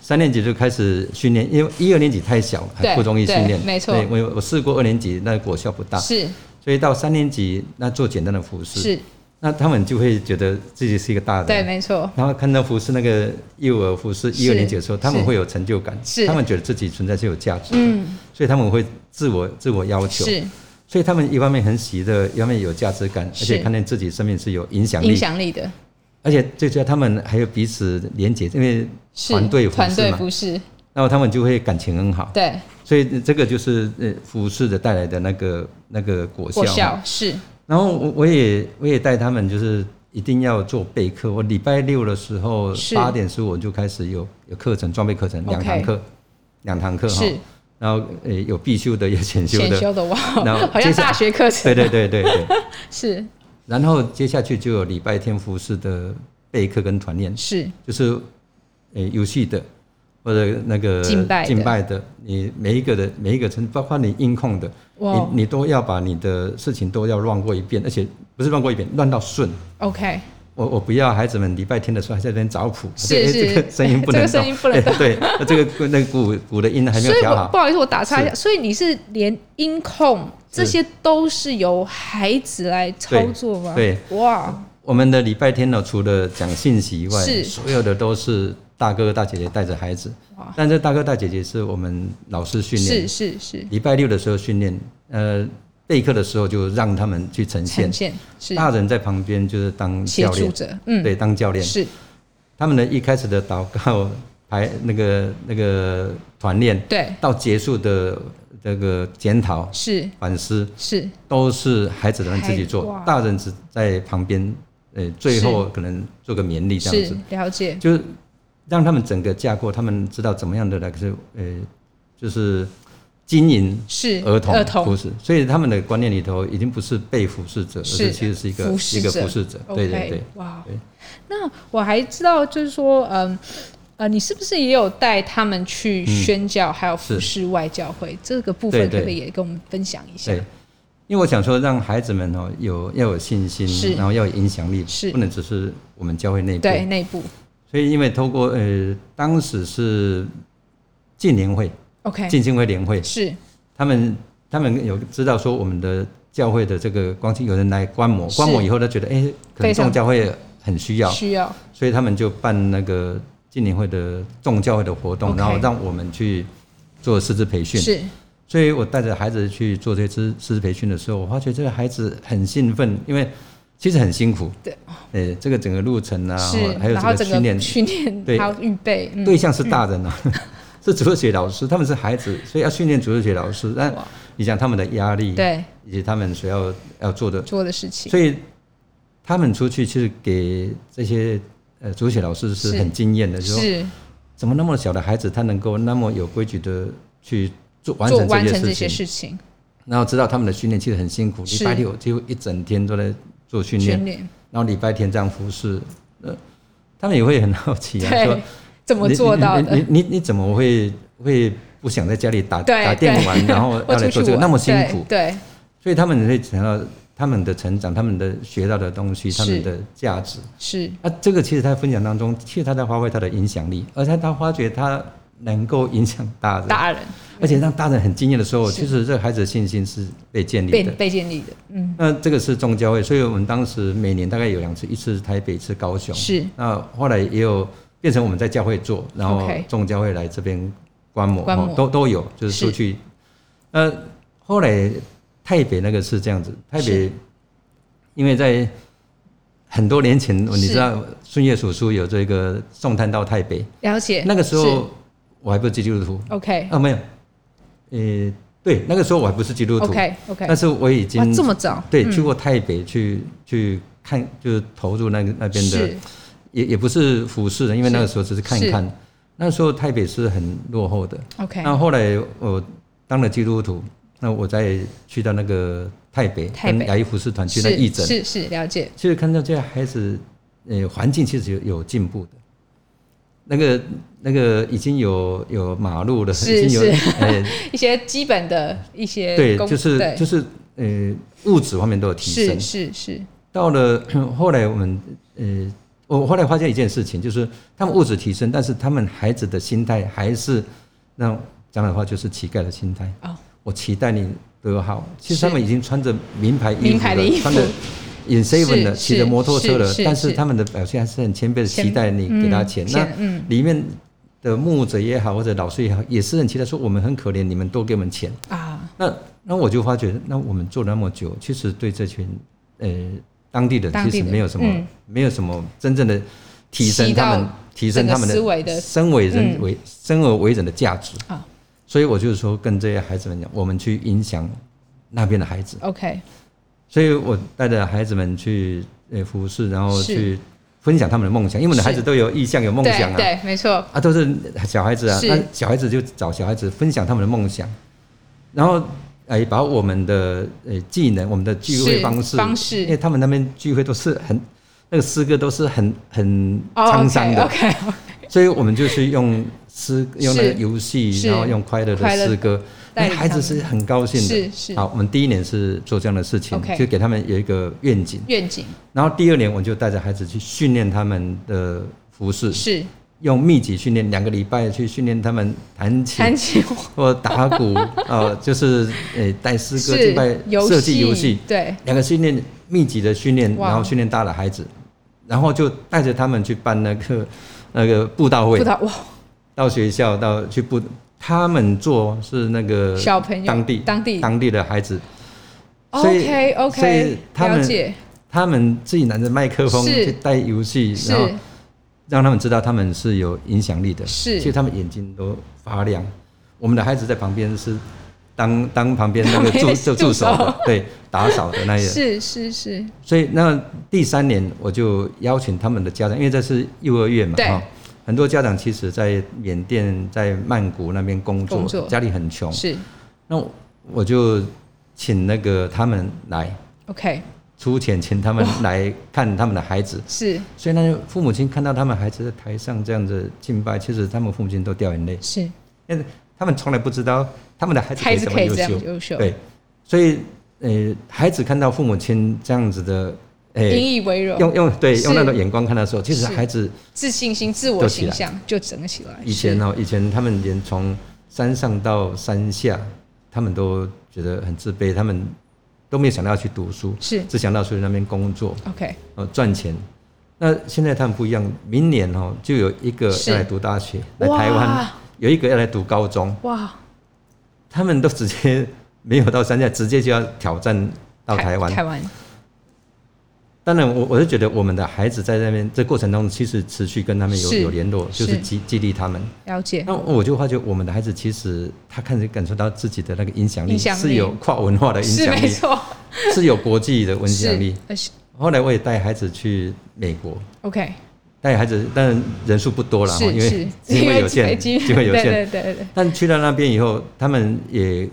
Speaker 2: 三年级就开始训练，因为一二年级太小，
Speaker 1: 对
Speaker 2: 还不容易
Speaker 1: 对
Speaker 2: 训练。
Speaker 1: 没错
Speaker 2: 对我有我试过二年级，那个果效不大，
Speaker 1: 是
Speaker 2: 所以到三年级那做简单的服饰，
Speaker 1: 是，
Speaker 2: 那他们就会觉得自己是一个大人。
Speaker 1: 对，没错，
Speaker 2: 然后看到服饰那个幼儿服饰
Speaker 1: 是
Speaker 2: 一二年级的时候，他们
Speaker 1: 是
Speaker 2: 会有成就感
Speaker 1: 是，
Speaker 2: 他们觉得自己存在是有价值的，
Speaker 1: 嗯，
Speaker 2: 所以他们会自我自我要求，
Speaker 1: 是
Speaker 2: 所以他们一方面很喜乐，一方面有价值感，而
Speaker 1: 是
Speaker 2: 且看见自己生命是有影响
Speaker 1: 影
Speaker 2: 力，
Speaker 1: 响力的，
Speaker 2: 而且最主要他们还有彼此连结，因为
Speaker 1: 是
Speaker 2: 团队服
Speaker 1: 团
Speaker 2: 饰
Speaker 1: 队
Speaker 2: 嘛，哦
Speaker 1: 服饰，
Speaker 2: 然后他们就会感情很好，
Speaker 1: 对，
Speaker 2: 所以这个就是呃服饰的带来的那个那个果效
Speaker 1: 过
Speaker 2: 嘛。
Speaker 1: 效
Speaker 2: *laughs*
Speaker 1: 是
Speaker 2: 然后我我也我也带他们，就是一定要做备课。我礼拜六的时候
Speaker 1: 是
Speaker 2: 八点十五我就开始有有课程，装备课程
Speaker 1: OK
Speaker 2: 两堂课，两堂课哈
Speaker 1: 是。
Speaker 2: 然后呃有必修的，有选修
Speaker 1: 选
Speaker 2: 的。
Speaker 1: 修的哇，
Speaker 2: 然后
Speaker 1: *laughs* 好像
Speaker 2: 接下
Speaker 1: 大学课程
Speaker 2: 对对对对对。
Speaker 1: 是
Speaker 2: 然后接下去就有礼拜天服饰的备课跟团练，
Speaker 1: 是
Speaker 2: 就是呃游戏的。或者那个
Speaker 1: 敬拜的
Speaker 2: 敬拜的，你每一个的每一个层，包括你音控的，
Speaker 1: 哇
Speaker 2: 你你都要把你的事情都要乱过一遍，而且不是乱过一遍，乱到顺。
Speaker 1: OK
Speaker 2: 我我不要孩子们礼拜天的时候还在那边找谱，
Speaker 1: 是
Speaker 2: 哎
Speaker 1: 是
Speaker 2: 这个声音不
Speaker 1: *laughs* 这
Speaker 2: 能动，
Speaker 1: 个声音不能动
Speaker 2: 哎对，那这个那个鼓鼓的音还没
Speaker 1: 所
Speaker 2: 有
Speaker 1: 以
Speaker 2: 调
Speaker 1: 我
Speaker 2: 好，
Speaker 1: 不好意思，我打岔一下，所以你是连音控这些都是由孩子来操作吗？
Speaker 2: 对，
Speaker 1: 哇，
Speaker 2: 我们的礼拜天呢，除了讲信息以外，
Speaker 1: 是
Speaker 2: 所有的都是大哥哥大姐姐带着孩子
Speaker 1: 哇，
Speaker 2: 但这大哥大姐姐是我们老师训练
Speaker 1: 是，是是，
Speaker 2: 礼拜六的时候训练，呃，备课的时候就让他们去呈现
Speaker 1: 呈，现是
Speaker 2: 大人在旁边就是当
Speaker 1: 协
Speaker 2: 教
Speaker 1: 助
Speaker 2: 练，
Speaker 1: 者，嗯，
Speaker 2: 对，当教练，
Speaker 1: 是
Speaker 2: 他们的一开始的祷告排那个那个团练。
Speaker 1: 对
Speaker 2: 到结束的这个检讨、
Speaker 1: 是
Speaker 2: 反思，
Speaker 1: 是
Speaker 2: 都是孩子能自己
Speaker 1: 孩
Speaker 2: 做
Speaker 1: 哇，
Speaker 2: 大人只在旁边，呃，最后可能做个勉励这样
Speaker 1: 是
Speaker 2: 子，
Speaker 1: 了解，
Speaker 2: 就是让他们整个架构，他们知道怎么样的来是呃，就是经营
Speaker 1: 是
Speaker 2: 儿童
Speaker 1: 儿
Speaker 2: 服
Speaker 1: 童
Speaker 2: 饰，所以他们的观念里头已经不是被服侍者，而
Speaker 1: 是
Speaker 2: 是其实是一个
Speaker 1: 服侍
Speaker 2: 一个
Speaker 1: 者
Speaker 2: 服侍者，对
Speaker 1: OK，
Speaker 2: 对对。
Speaker 1: 哇
Speaker 2: 对，
Speaker 1: 那我还知道就是说，嗯。呃，你是不是也有带他们去宣教，还有服
Speaker 2: 嗯是
Speaker 1: 侍外教会这个部分，
Speaker 2: 对
Speaker 1: 可
Speaker 2: 对
Speaker 1: 不可以也跟我们分享一下
Speaker 2: 对？，因为我想说，让孩子们哦有要有信
Speaker 1: 是
Speaker 2: 心，然后要有影响力
Speaker 1: 是，
Speaker 2: 不能只是我们教会内部。
Speaker 1: 对内部
Speaker 2: 所以因为透过呃，当时是进联会、
Speaker 1: ，OK，
Speaker 2: 进信会联会，
Speaker 1: 是
Speaker 2: 他们他们有知道说我们的教会的这个光景，有人来观摩，
Speaker 1: 是
Speaker 2: 观摩以后他觉得哎、诶可
Speaker 1: 非
Speaker 2: 能
Speaker 1: 常
Speaker 2: 众教会很需要，
Speaker 1: 需要
Speaker 2: 所以他们就办那个进联会的众教会的活动
Speaker 1: OK
Speaker 2: 然后让我们去做师资培训。
Speaker 1: 是
Speaker 2: 所以我带着孩子去做这些知识培训的时候，我发觉这个孩子很兴奋，因为其实很辛苦。
Speaker 1: 对，
Speaker 2: 呃、这个整个路程啊，
Speaker 1: 是，
Speaker 2: 还有
Speaker 1: 然后
Speaker 2: 这
Speaker 1: 整
Speaker 2: 个训练，
Speaker 1: 训练
Speaker 2: 对
Speaker 1: 还有预备，嗯，
Speaker 2: 对象是大人啊， *laughs* 是主日学老师，他们是孩子，所以要训练主日学老师。但
Speaker 1: 哇
Speaker 2: 你讲他们的压力，
Speaker 1: 对
Speaker 2: 以及他们所要要做的，
Speaker 1: 做的事情
Speaker 2: 所以他们出去其实给这些呃主日学老师是
Speaker 1: 是
Speaker 2: 很惊艳的，就说
Speaker 1: 是
Speaker 2: 怎么那么小的孩子他能够那么有规矩的去做完
Speaker 1: 做
Speaker 2: 成这
Speaker 1: 完成这
Speaker 2: 些事
Speaker 1: 些
Speaker 2: 情。
Speaker 1: 事情
Speaker 2: 然后知道他们的训练其实很辛苦，
Speaker 1: 是
Speaker 2: 礼拜六几乎一整天都在做训练
Speaker 1: 训，练，
Speaker 2: 然后礼拜天这样服侍，呃，他们也会很好奇啊，说
Speaker 1: 对，怎么
Speaker 2: 你
Speaker 1: 做到
Speaker 2: 你
Speaker 1: 的？
Speaker 2: 你你你怎么会会不想在家里打
Speaker 1: 对 *laughs*
Speaker 2: 打电玩，然后要
Speaker 1: 或
Speaker 2: 来
Speaker 1: 出
Speaker 2: 做
Speaker 1: 去
Speaker 2: 这个
Speaker 1: 玩
Speaker 2: 那么辛
Speaker 1: 对
Speaker 2: 苦？
Speaker 1: 对
Speaker 2: 所以他们会想到他们的成长、他们的学到的东西、
Speaker 1: 是
Speaker 2: 他们的价值。
Speaker 1: 是
Speaker 2: 那、这个其实，在分享当中，其实他在发挥他的影响力，而且他发觉他能够影响大人，
Speaker 1: 大人
Speaker 2: 而且让大人很惊艳的时候，
Speaker 1: 是
Speaker 2: 其实这个孩子的信心是被建立
Speaker 1: 被
Speaker 2: 的。
Speaker 1: 被建立的，嗯，
Speaker 2: 那这个是宗教会，所以我们当时每年大概有两次，一次是台北，一次高雄。
Speaker 1: 是
Speaker 2: 那后来也有变成我们在教会做，然后
Speaker 1: OK
Speaker 2: 众教会来这边观摩，
Speaker 1: 观摩
Speaker 2: 哦都都有，就是
Speaker 1: 是
Speaker 2: 出去。那后来台北那个是这样子，台北
Speaker 1: 是
Speaker 2: 因为在很多年前，你
Speaker 1: 是
Speaker 2: 知道孙悦叔叔有这个送炭到台北，
Speaker 1: 了解。
Speaker 2: 那个时
Speaker 1: 是
Speaker 2: 候我还不是基督徒
Speaker 1: ，OK
Speaker 2: 啊，没有，呃，对，那个时候我还不是基督徒
Speaker 1: OK
Speaker 2: 但
Speaker 1: OK，
Speaker 2: 是我已
Speaker 1: 哇
Speaker 2: 经，
Speaker 1: 这么早，
Speaker 2: 对，
Speaker 1: 嗯
Speaker 2: 去过台北去去看，就是投入那个那边的，
Speaker 1: 是
Speaker 2: 也也不是服侍的，因为
Speaker 1: 是
Speaker 2: 那个时候只是看一看。那时候台北是很落后的。
Speaker 1: OK，
Speaker 2: 那后来我当了基督徒，那我再去到那个台北，
Speaker 1: 台北
Speaker 2: 跟雅义服侍团去那义
Speaker 1: 是
Speaker 2: 诊，
Speaker 1: 是是了解，
Speaker 2: 其实看到这些孩子，呃，环境其实有有进步的。那个那个已经有有马路了，
Speaker 1: 是
Speaker 2: 已经有呃，
Speaker 1: 一些基本的一些
Speaker 2: 对，
Speaker 1: 功
Speaker 2: 就
Speaker 1: *laughs*
Speaker 2: 是
Speaker 1: 对
Speaker 2: 就是呃，物质方面都有提升
Speaker 1: 是。是是
Speaker 2: 到了 *coughs* 后来，我们呃，我后来发现一件事情，就是他们物质提升，但是他们孩子的心态还是那讲的话就是乞丐的心态。
Speaker 1: 哦，
Speaker 2: 我期待你对我好。其实
Speaker 1: 是
Speaker 2: 他们已经穿着名牌衣
Speaker 1: 名
Speaker 2: 服
Speaker 1: 牌的衣
Speaker 2: 了，
Speaker 1: 服 *laughs*
Speaker 2: 穿着 in seven 的，
Speaker 1: 是
Speaker 2: 骑着摩托车了
Speaker 1: 是是，
Speaker 2: 但是
Speaker 1: 是
Speaker 2: 他们的表现还是很谦卑的，期待你给他钱。那
Speaker 1: 钱嗯
Speaker 2: 里面的牧者也好，或者老师也好，也是很期待说我们很可怜，你们多给我们钱。
Speaker 1: 啊，
Speaker 2: 那那我就发觉，那我们做了那么久，其实对这群呃当地人
Speaker 1: 当
Speaker 2: 其
Speaker 1: 地
Speaker 2: 实
Speaker 1: 人
Speaker 2: 没有什么、
Speaker 1: 嗯
Speaker 2: 没有什么真正的提升
Speaker 1: 起
Speaker 2: 他
Speaker 1: 到
Speaker 2: 们提升
Speaker 1: 整个
Speaker 2: 他们
Speaker 1: 思维的
Speaker 2: 身为人
Speaker 1: 嗯
Speaker 2: 为、生而为人的价值
Speaker 1: 啊。
Speaker 2: 所以我就是说，跟这些孩子们讲，我们去影响那边的孩子。
Speaker 1: OK，
Speaker 2: 所以我带着孩子们去呃服侍，然后
Speaker 1: 是
Speaker 2: 去分享他们的梦想，因为我们的
Speaker 1: 是
Speaker 2: 孩子都有意向、有梦想
Speaker 1: 对
Speaker 2: 啊。
Speaker 1: 对，没错，
Speaker 2: 啊，都是小孩子啊，
Speaker 1: 是
Speaker 2: 那小孩子就找小孩子分享他们的梦想，然后哎，把我们的呃技能、我们的聚会
Speaker 1: 是
Speaker 2: 方式，哎
Speaker 1: 方式
Speaker 2: 因为他们那边聚会都是很那个诗歌都是很很
Speaker 1: 哦
Speaker 2: 沧桑的
Speaker 1: o k
Speaker 2: 所以我们就是用诗、用那个游戏，
Speaker 1: 是
Speaker 2: 然后用快乐
Speaker 1: 快乐
Speaker 2: 的诗歌，
Speaker 1: 带
Speaker 2: 那
Speaker 1: 领
Speaker 2: 孩子
Speaker 1: 他们
Speaker 2: 是很高兴
Speaker 1: 是
Speaker 2: 的。
Speaker 1: 是
Speaker 2: 好，我们第一年是做这样的事情
Speaker 1: OK
Speaker 2: 就给他们有一个愿景，
Speaker 1: *laughs* 愿景
Speaker 2: 然后第二年我就带着孩子去训练他们的服饰，
Speaker 1: 是
Speaker 2: 用密集训练两个礼拜去训练他们弹
Speaker 1: 弹
Speaker 2: 琴
Speaker 1: 琴
Speaker 2: 或
Speaker 1: *laughs*
Speaker 2: 打鼓，呃，就是呃带诗歌
Speaker 1: 是
Speaker 2: 敬拜
Speaker 1: 游
Speaker 2: 设计游戏，
Speaker 1: 对
Speaker 2: 两个训练密集的训练，
Speaker 1: 哇
Speaker 2: 然后训练大的孩子，然后就带着他们去办那个那个布道
Speaker 1: 不
Speaker 2: 会
Speaker 1: 知，道哇，
Speaker 2: 到学校到去布，他们做是那个
Speaker 1: 小朋友
Speaker 2: 呃当地
Speaker 1: 当地
Speaker 2: 当地的孩子，所
Speaker 1: OK
Speaker 2: 以所
Speaker 1: OK，
Speaker 2: 以他们
Speaker 1: 了解
Speaker 2: 他们自己拿着麦克风
Speaker 1: 是
Speaker 2: 去带游戏，然后
Speaker 1: 是
Speaker 2: 让他们知道他们是有影响力的，
Speaker 1: 是
Speaker 2: 其实他们眼睛都发亮。我们的孩子在旁边是当当旁边那个
Speaker 1: 旁边
Speaker 2: 助
Speaker 1: 是
Speaker 2: 助
Speaker 1: 助
Speaker 2: 助
Speaker 1: 手
Speaker 2: 手的，对，打扫的那一人。
Speaker 1: 是是是
Speaker 2: 所以那第三年我就邀请他们的家长，因为这是幼儿园嘛，
Speaker 1: 对
Speaker 2: 哈很多家长其实在缅甸、在曼谷那边工作，
Speaker 1: 工作
Speaker 2: 家里很穷，
Speaker 1: 是
Speaker 2: 那我就请那个他们来
Speaker 1: OK
Speaker 2: 出钱，请他们来看他们的孩子。
Speaker 1: 是
Speaker 2: 所以呢，父母亲看到他们孩子在台上这样子敬拜，其实他们父母亲都掉眼泪，
Speaker 1: 是
Speaker 2: 因为他们从来不知道他们的孩子可
Speaker 1: 孩
Speaker 2: 以
Speaker 1: 子
Speaker 2: 这
Speaker 1: 可
Speaker 2: 么
Speaker 1: 以
Speaker 2: 优
Speaker 1: 这样
Speaker 2: 秀。
Speaker 1: 优秀，
Speaker 2: 对，所以呃，孩子看到父母亲这样子的，诶、
Speaker 1: 引以为荣，
Speaker 2: 用用对
Speaker 1: 是
Speaker 2: 用那种眼光看的时候，其实
Speaker 1: 是
Speaker 2: 孩子
Speaker 1: 自信心、自我
Speaker 2: 就起
Speaker 1: 形
Speaker 2: 来
Speaker 1: 象就整个起来。
Speaker 2: 以前
Speaker 1: 是
Speaker 2: 哦，以前他们连从山上到山下，他们都觉得很自卑，他们都没有想到要去读书，
Speaker 1: 是
Speaker 2: 只想到去那边工作。
Speaker 1: OK
Speaker 2: 呃赚钱。那现在他们不一样，明年哦就有一个
Speaker 1: 是
Speaker 2: 要来读大学，来
Speaker 1: 哇
Speaker 2: 台湾有一个要来读高中，
Speaker 1: 哇，
Speaker 2: 他们都直接没有到三亚，直接就要挑战到台湾。
Speaker 1: 台湾
Speaker 2: 当然我，我是觉得我们的孩子在那边这过程中，其实持续跟他们有
Speaker 1: 是
Speaker 2: 有联络，就是
Speaker 1: 是哎
Speaker 2: 激激励他们。
Speaker 1: 了解
Speaker 2: 那我就发觉我们的孩子其实他看着感受到自己的那个影响力
Speaker 1: 影响力
Speaker 2: 是有跨文呃化的影
Speaker 1: 是
Speaker 2: 响
Speaker 1: 没
Speaker 2: 力，
Speaker 1: 错，
Speaker 2: 是有国际的
Speaker 1: *laughs*
Speaker 2: 影
Speaker 1: 是
Speaker 2: 响力。
Speaker 1: 呃是
Speaker 2: 后来我也带孩子去美国，
Speaker 1: OK
Speaker 2: 带孩子，当然人数不多了，
Speaker 1: 是
Speaker 2: *laughs* 因
Speaker 1: 是
Speaker 2: 为机会有限，
Speaker 1: *laughs* 机
Speaker 2: 机会有
Speaker 1: 对对
Speaker 2: 限。
Speaker 1: 对对对
Speaker 2: 但去到那边以后，他们也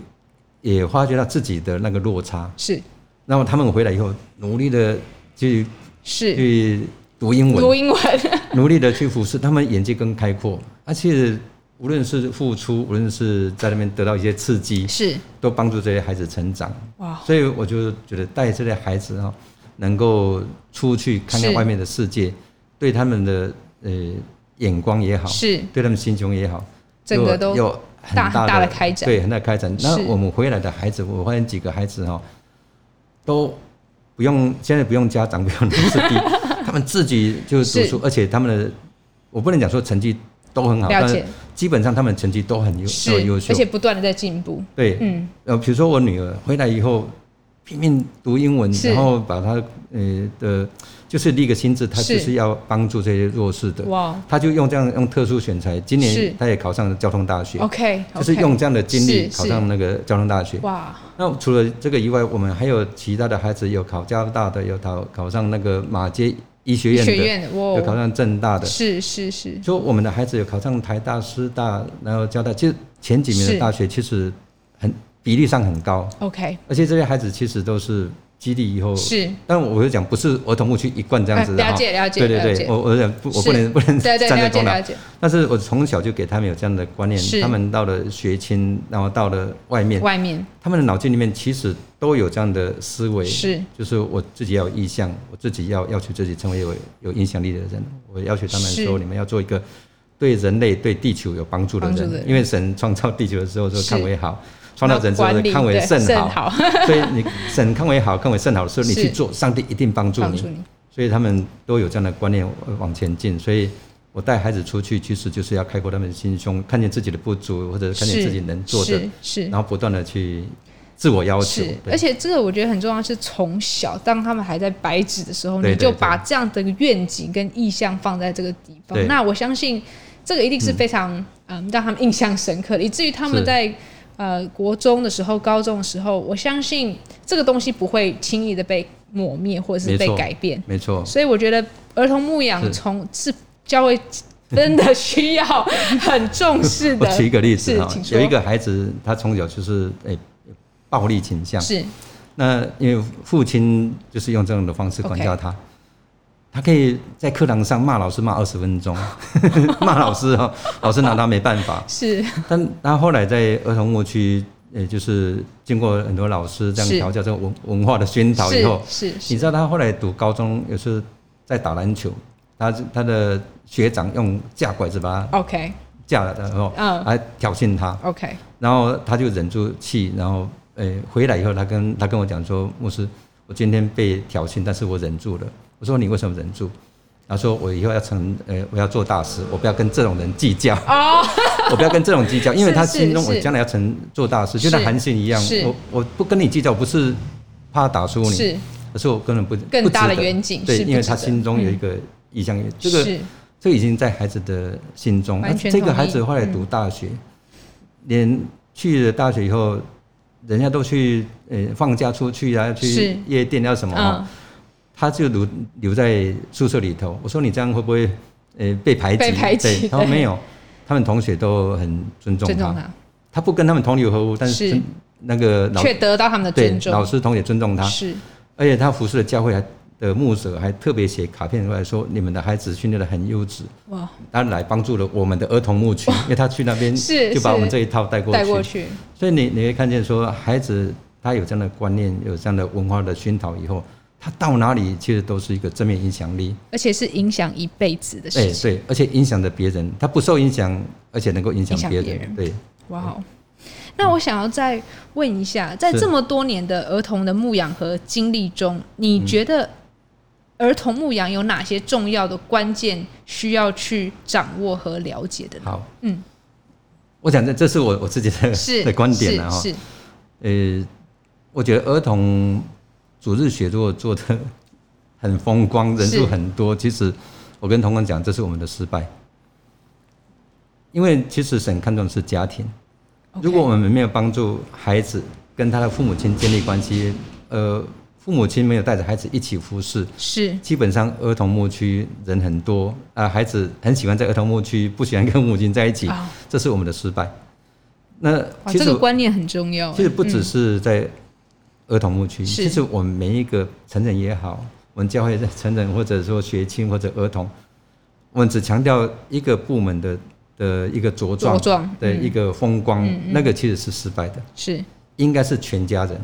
Speaker 2: 也发觉到自己的那个落差，
Speaker 1: 是
Speaker 2: 然后他们回来以后，努力的去
Speaker 1: 是
Speaker 2: 去读英
Speaker 1: 读
Speaker 2: 文，
Speaker 1: 英文 *laughs*
Speaker 2: 努力的去服侍，他们眼界更开阔。而且无论是付出，无论是在那边得到一些刺激，
Speaker 1: 是
Speaker 2: 都帮助这些孩子成长。
Speaker 1: 哇，
Speaker 2: 所以我就觉得带这类孩子哈、能够出去看看
Speaker 1: 是
Speaker 2: 外面的世界，对他们的呃眼光也好，
Speaker 1: 是
Speaker 2: 对他们心胸也好，
Speaker 1: 整个都
Speaker 2: 有很
Speaker 1: 大很大
Speaker 2: 的
Speaker 1: 的开展
Speaker 2: 对，很大的开展。那
Speaker 1: 是
Speaker 2: 我们回来的孩子，我发现几个孩子哈、都不用现在不用家长，不用老师
Speaker 1: *laughs*
Speaker 2: 逼，他们自己就读
Speaker 1: 是
Speaker 2: 书，而且他们的我不能讲说成绩都很好，
Speaker 1: 了
Speaker 2: 但
Speaker 1: 解
Speaker 2: 是基本上他们成绩都很优
Speaker 1: 是
Speaker 2: 都很优，秀
Speaker 1: 而，且不断的在进步。
Speaker 2: 对，
Speaker 1: 嗯，
Speaker 2: 呃，比如说我女儿回来以后拼命读英文，
Speaker 1: 是
Speaker 2: 然后把她呃的，就是立一个心智，她
Speaker 1: 是
Speaker 2: 就是要帮助这些弱势的，
Speaker 1: 哇
Speaker 2: 她就用这样用特殊选材，今
Speaker 1: 是哦
Speaker 2: 年她也考上了交通大学，
Speaker 1: ，OK，
Speaker 2: 就是用这样的经历
Speaker 1: 是是
Speaker 2: 考上那个交通大学。
Speaker 1: 哇，
Speaker 2: 那除了这个以外，我们还有其他的孩子有考交大的，有考考上那个马街医学院的，
Speaker 1: 学院
Speaker 2: 有考
Speaker 1: 哇，
Speaker 2: 上正大的，
Speaker 1: 是是是，
Speaker 2: 就我们的孩子有考上台大、师大，然后交大，其实前几名
Speaker 1: 是
Speaker 2: 的大学其实很比例上很高，
Speaker 1: OK，
Speaker 2: 而且这些孩子其实都是激励以后。
Speaker 1: 是
Speaker 2: 但我就讲不是儿童牧区一贯这样子的
Speaker 1: 啊
Speaker 2: 哈、
Speaker 1: 了解了解
Speaker 2: 对对
Speaker 1: 了解
Speaker 2: 对，我我讲不我
Speaker 1: 是
Speaker 2: 不能不能
Speaker 1: 对对，
Speaker 2: 站
Speaker 1: 了
Speaker 2: 在
Speaker 1: 解
Speaker 2: 功劳
Speaker 1: 了，解，
Speaker 2: 但是我从小就给他们有这样的观念
Speaker 1: 是，
Speaker 2: 他们到了学青，然后到了外面，
Speaker 1: 外面
Speaker 2: 他们的脑筋里面其实都有这样的思维，
Speaker 1: 是
Speaker 2: 就是我自己要有意向，我自己要要求自己成为有有影响力的人。我要求他们说，
Speaker 1: 是
Speaker 2: 你们要做一个对人类、对地球有帮助的
Speaker 1: 帮助的
Speaker 2: 人
Speaker 1: 人，
Speaker 2: 因为神创造地球的时候说
Speaker 1: 是
Speaker 2: 看为好，创造人之后
Speaker 1: 管理
Speaker 2: 说看为
Speaker 1: 对
Speaker 2: 甚
Speaker 1: *laughs* 甚
Speaker 2: 好，所以你神看为好、看为甚好的时候，你
Speaker 1: 是
Speaker 2: 去做，上帝一定帮助
Speaker 1: 帮
Speaker 2: 你
Speaker 1: 助。你，
Speaker 2: 所以他们都有这样的观念呃往前进，所以。我带孩子出去，其实就是要开阔他们的心胸，看见自己的不足，或者看见
Speaker 1: 是
Speaker 2: 自己能做的，
Speaker 1: 是是
Speaker 2: 然。后不断的去自我要求
Speaker 1: 是，，
Speaker 2: 对
Speaker 1: 而且这个我觉得很重要，是从小当他们还在白纸的时候，
Speaker 2: 对
Speaker 1: 你
Speaker 2: 对
Speaker 1: 就把这样的愿景跟意向放在这个地方
Speaker 2: 对。
Speaker 1: 那我相信这个一定是非常嗯让他们印象深刻的，以至于他们
Speaker 2: 是
Speaker 1: 在呃国中的时候、高中的时候，我相信这个东西不会轻易的被抹灭或者是
Speaker 2: 没
Speaker 1: 被
Speaker 2: 错
Speaker 1: 改变。
Speaker 2: 没错，
Speaker 1: 所以我觉得儿童牧养
Speaker 2: 是
Speaker 1: 从是教会真的需要很重视
Speaker 2: *laughs* 我
Speaker 1: 的。
Speaker 2: 举一个例子
Speaker 1: 是
Speaker 2: 哈
Speaker 1: 请，说
Speaker 2: 有一个孩子，他从小就是诶、暴力倾向，
Speaker 1: 是
Speaker 2: 那因为父亲就是用这样的方式管教他。他可以在课堂上骂老师骂二十分钟， *laughs* 骂老师哈，老师拿他没办法。
Speaker 1: 是
Speaker 2: 但他后来在儿童牧区，也就是经过很多老师这
Speaker 1: 是
Speaker 2: 样调教这个文文化的熏陶以后，
Speaker 1: 是是
Speaker 2: 你
Speaker 1: 是
Speaker 2: 知道他后来读高中有时候在打篮球，他他的学长用架拐子把他
Speaker 1: ，OK
Speaker 2: 架了，然后
Speaker 1: 嗯
Speaker 2: 还挑衅他，
Speaker 1: OK
Speaker 2: 然后他就忍住气，然后呃回来以后，他跟他跟我讲说，牧师，我今天被挑衅，但是我忍住了。我说你为什么忍住？他说我以后要成呃我要做大师，我不要跟这种人计较，
Speaker 1: 哦。
Speaker 2: *laughs* 我不要跟这种计较，因为
Speaker 1: 是
Speaker 2: 他
Speaker 1: 是
Speaker 2: 心中我
Speaker 1: 是
Speaker 2: 将来要成做大师，就是像韩信一样
Speaker 1: 是，
Speaker 2: 我我不跟你计较，不是怕打输你，
Speaker 1: 是
Speaker 2: 可是我根本不
Speaker 1: 更
Speaker 2: 不值
Speaker 1: 大的
Speaker 2: 得
Speaker 1: 远景
Speaker 2: 对
Speaker 1: 是，不
Speaker 2: 因为
Speaker 1: 值
Speaker 2: 他
Speaker 1: 得
Speaker 2: 心中
Speaker 1: 嗯
Speaker 2: 有一个意向，这个
Speaker 1: 是
Speaker 2: 这已经在孩子的心中。
Speaker 1: 完
Speaker 2: 那
Speaker 1: 全
Speaker 2: 这个
Speaker 1: 同意嗯
Speaker 2: 孩子后来读大学，连去了大学以后，人家都去呃放假出去啊，
Speaker 1: 是
Speaker 2: 去夜店啊什么、哦
Speaker 1: 嗯，
Speaker 2: 他就留留在宿舍里头。我说你这样会不会呃被排挤？
Speaker 1: 被排挤
Speaker 2: 对他
Speaker 1: 对
Speaker 2: 说没有，他们同学都很尊重
Speaker 1: 嗯尊重
Speaker 2: 他。
Speaker 1: 他，
Speaker 2: 他不跟他们同流合污，但是
Speaker 1: 是
Speaker 2: 那个老
Speaker 1: 却得到他们的
Speaker 2: 对
Speaker 1: 尊
Speaker 2: 老
Speaker 1: 重，
Speaker 2: 师同学尊重他，
Speaker 1: 是
Speaker 2: 而且他服侍的教会还的牧者还特别写卡片出来说，你们的孩子训练的很优质，
Speaker 1: 哇，
Speaker 2: 他来帮助了我们的儿童
Speaker 1: *laughs*
Speaker 2: 牧区，因为他去那边
Speaker 1: 是
Speaker 2: 嗯就把
Speaker 1: 是
Speaker 2: 我们这一套带过去。
Speaker 1: 带过去
Speaker 2: 所以你你会看见说，孩子他有这样的观念，有这样的文化的熏陶以后，他到哪里其实都是一个正面影响力。
Speaker 1: 而且是影响一辈子的
Speaker 2: 哎
Speaker 1: 事，情。
Speaker 2: 对，而且影响着别人，他不受影响，而且能够影响
Speaker 1: 影响
Speaker 2: 别
Speaker 1: 别人
Speaker 2: 人。对，
Speaker 1: 哇哦，那我想要再问一下，在
Speaker 2: 嗯是
Speaker 1: 这么多年的儿童的牧养和经历中，你觉
Speaker 2: 嗯
Speaker 1: 得儿童牧养有哪些重要的关键需要去掌握和了解的呢？
Speaker 2: 好，
Speaker 1: 嗯，
Speaker 2: 我想这这是我我自己的 *laughs*
Speaker 1: 是
Speaker 2: 的哎观点啊了哈。
Speaker 1: 是是
Speaker 2: 呃，我觉得儿童主日学如果做的很风光，人
Speaker 1: 是
Speaker 2: 数很多，其实我跟同工讲，这是我们的失败。因为其实神看重的是家庭，
Speaker 1: OK
Speaker 2: 如果我们没有帮助孩子跟他的父母亲建立关系，呃，父母亲没有带着孩子一起服侍，
Speaker 1: 是
Speaker 2: 基本上儿童牧区人很多啊、孩子很喜欢在儿童牧区，不喜欢跟母亲在一起，
Speaker 1: 啊，
Speaker 2: 这是我们的失败。那
Speaker 1: 哇，
Speaker 2: 其
Speaker 1: 这
Speaker 2: 实
Speaker 1: 个观念很重要。
Speaker 2: 其实不只
Speaker 1: 嗯
Speaker 2: 是在儿童牧区，
Speaker 1: 是
Speaker 2: 其实我们每一个成人也好，我们教会的成人或者说学青或者儿童，我们只强调一个部门的的一个茁壮
Speaker 1: 茁壮
Speaker 2: 的
Speaker 1: 嗯
Speaker 2: 一个风光，那个其实是失败的，
Speaker 1: 是
Speaker 2: 应该是全家人，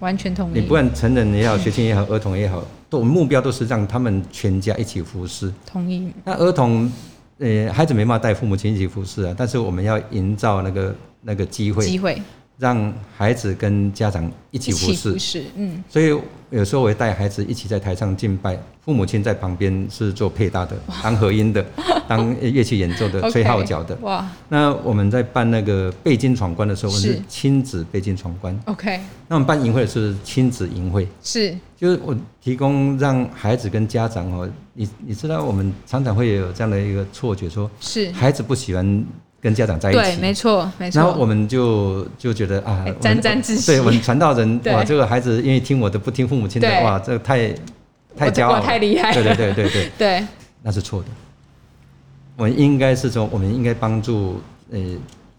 Speaker 1: 完全同意。
Speaker 2: 你不管成人也好，学前也好，儿童也好，都目标都是让他们全家一起服侍。
Speaker 1: 同意，
Speaker 2: 那儿童，呃，孩子没办法带父母亲一起服侍啊，但是我们要营造那个那个机会，
Speaker 1: 机会
Speaker 2: 让孩子跟家长一
Speaker 1: 一
Speaker 2: 起服
Speaker 1: 服
Speaker 2: 侍。
Speaker 1: 侍，嗯，
Speaker 2: 所以有时候我会带孩子一起在台上敬拜，父母亲在旁边是做配搭的，当和音
Speaker 1: *laughs*
Speaker 2: 的，当乐器演奏的，吹号角的
Speaker 1: OK，。哇
Speaker 2: 那我们在办那个背金闯关的时候，我们
Speaker 1: 是
Speaker 2: 是亲子背金闯关。
Speaker 1: ，OK，
Speaker 2: 那我们办营会是亲子营会，
Speaker 1: 是
Speaker 2: 就是我提供让孩子跟家长哦，你你知道我们常常会有这样的一个错觉说，
Speaker 1: 是，
Speaker 2: 孩子不喜欢跟家长在一
Speaker 1: 对，
Speaker 2: 起。
Speaker 1: 没错，没
Speaker 2: 然后
Speaker 1: 错，
Speaker 2: 我们就就觉得啊
Speaker 1: 哎，
Speaker 2: 我们
Speaker 1: 沾沾自喜
Speaker 2: 对我们传道人
Speaker 1: *laughs* 对
Speaker 2: 哇，这个孩子愿意听我的，不听父母亲的
Speaker 1: 对，
Speaker 2: 哇，这个太太
Speaker 1: 我
Speaker 2: 骄傲
Speaker 1: 我
Speaker 2: 了，
Speaker 1: 太厉害
Speaker 2: 对对
Speaker 1: 了，
Speaker 2: 对对对，
Speaker 1: *laughs* 对，
Speaker 2: 那是错的。我们应该是说，我们应该帮助呃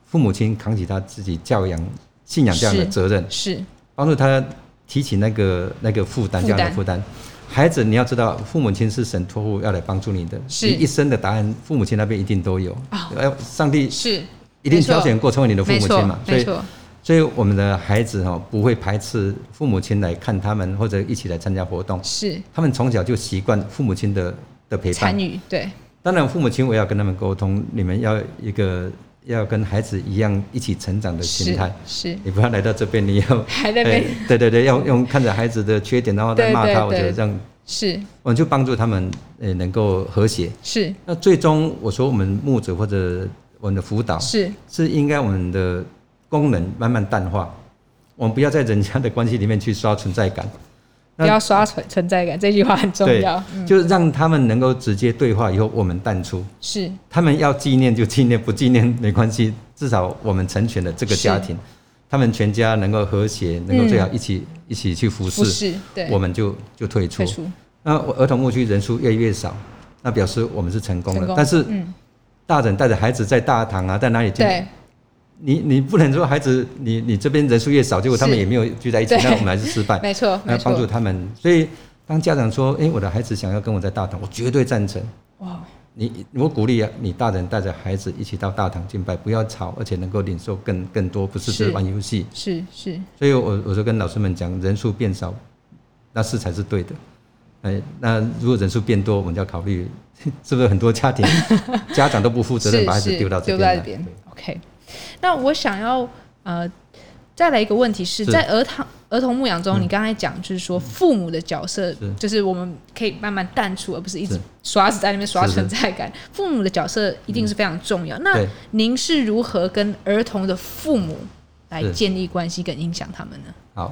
Speaker 2: 父母亲扛起他自己教养、信仰这样的
Speaker 1: 是
Speaker 2: 责任，
Speaker 1: 是
Speaker 2: 帮助他提起那个那个负担
Speaker 1: 负
Speaker 2: 这
Speaker 1: 担
Speaker 2: 样的负担。孩子，你要知道，父母亲是神托付要来帮助你的，
Speaker 1: 是
Speaker 2: 你一生的答案，父母亲那边一定都有。
Speaker 1: 啊
Speaker 2: 哎，上帝
Speaker 1: 是，
Speaker 2: 一定
Speaker 1: 没错
Speaker 2: 挑选过成为你的父
Speaker 1: 没
Speaker 2: 母
Speaker 1: 错
Speaker 2: 亲嘛，，所
Speaker 1: 没
Speaker 2: 以
Speaker 1: 错，
Speaker 2: 所以我们的孩子哦，不会排斥父母亲来看他们，或者一起来参加活动。
Speaker 1: 是
Speaker 2: 他们从小就习惯父母亲的的陪伴
Speaker 1: 参。与，对，
Speaker 2: 当然，父母亲我也要跟他们沟通，你们要一个要跟孩子一样一起成长的心
Speaker 1: 是
Speaker 2: 态。
Speaker 1: 是，
Speaker 2: 你不要来到这边，你要
Speaker 1: 还在被
Speaker 2: 哎对对对，要用看着孩子的缺点，然后再
Speaker 1: 对
Speaker 2: 骂
Speaker 1: 对
Speaker 2: 他。我觉得
Speaker 1: 对
Speaker 2: 这样，
Speaker 1: 是
Speaker 2: 我们就帮助他们呃能够和谐。
Speaker 1: 是
Speaker 2: 那最终，我说我们牧者或者我们的辅导
Speaker 1: 是
Speaker 2: 是应该我们的功能慢慢淡化，我们不要在人家的关系里面去刷存在感，
Speaker 1: 不
Speaker 2: 那
Speaker 1: 要刷存存在感，这句话很重
Speaker 2: 对
Speaker 1: 要，嗯
Speaker 2: 就是让他们能够直接对话以后我们淡出，
Speaker 1: 是
Speaker 2: 他们要纪念就纪念，不纪念没关系，至少我们成全了这个家庭，他们全家能够和谐，能够最好一起、一起去服
Speaker 1: 不
Speaker 2: 侍，
Speaker 1: 是嗯对
Speaker 2: 我们就就退出
Speaker 1: 退。出
Speaker 2: 那儿童牧区人数越来越少，那表示我们是成功
Speaker 1: 成
Speaker 2: 了，
Speaker 1: 功，
Speaker 2: 但是
Speaker 1: 嗯，
Speaker 2: 大人带着孩子在大堂啊，在哪里见
Speaker 1: 对，
Speaker 2: 你你不能说孩子，你你这边人数越少，结果他们
Speaker 1: 是
Speaker 2: 也没有聚在一起，
Speaker 1: 对
Speaker 2: 那我们还是失败。
Speaker 1: 没错
Speaker 2: 那
Speaker 1: 哦没
Speaker 2: 帮助
Speaker 1: 错，
Speaker 2: 他们，所以当家长说：“诶，我的孩子想要跟我在大堂，我绝对赞成。
Speaker 1: 哇，
Speaker 2: 你”我鼓励啊，你大人带着孩子一起到大堂敬拜，不要吵，而且能够领受更更多，不是只
Speaker 1: 是
Speaker 2: 是玩游戏。
Speaker 1: 是是
Speaker 2: 所以我我就跟老师们讲，人数变少，那是才是对的。哎，那如果人数变多，我们就要考虑 *laughs* 是不是很多家庭 *laughs* 家长都不负责任，
Speaker 1: 是
Speaker 2: 把孩子
Speaker 1: 是
Speaker 2: 丢到这
Speaker 1: 丢
Speaker 2: 边
Speaker 1: 在
Speaker 2: 来。
Speaker 1: 这边，OK。那我想要呃，再来一个问题是
Speaker 2: 是嗯
Speaker 1: 在儿童儿童牧养中，你刚才讲就是说父母的角色
Speaker 2: 是，
Speaker 1: 就是我们可以慢慢淡出，而不是一直
Speaker 2: 是
Speaker 1: 刷在那边刷
Speaker 2: 是是
Speaker 1: 存在感。父母的角色一定是非常重要。那
Speaker 2: 对
Speaker 1: 您是如何跟儿童的父母来
Speaker 2: 是
Speaker 1: 建立关系跟影响他们呢？
Speaker 2: 好，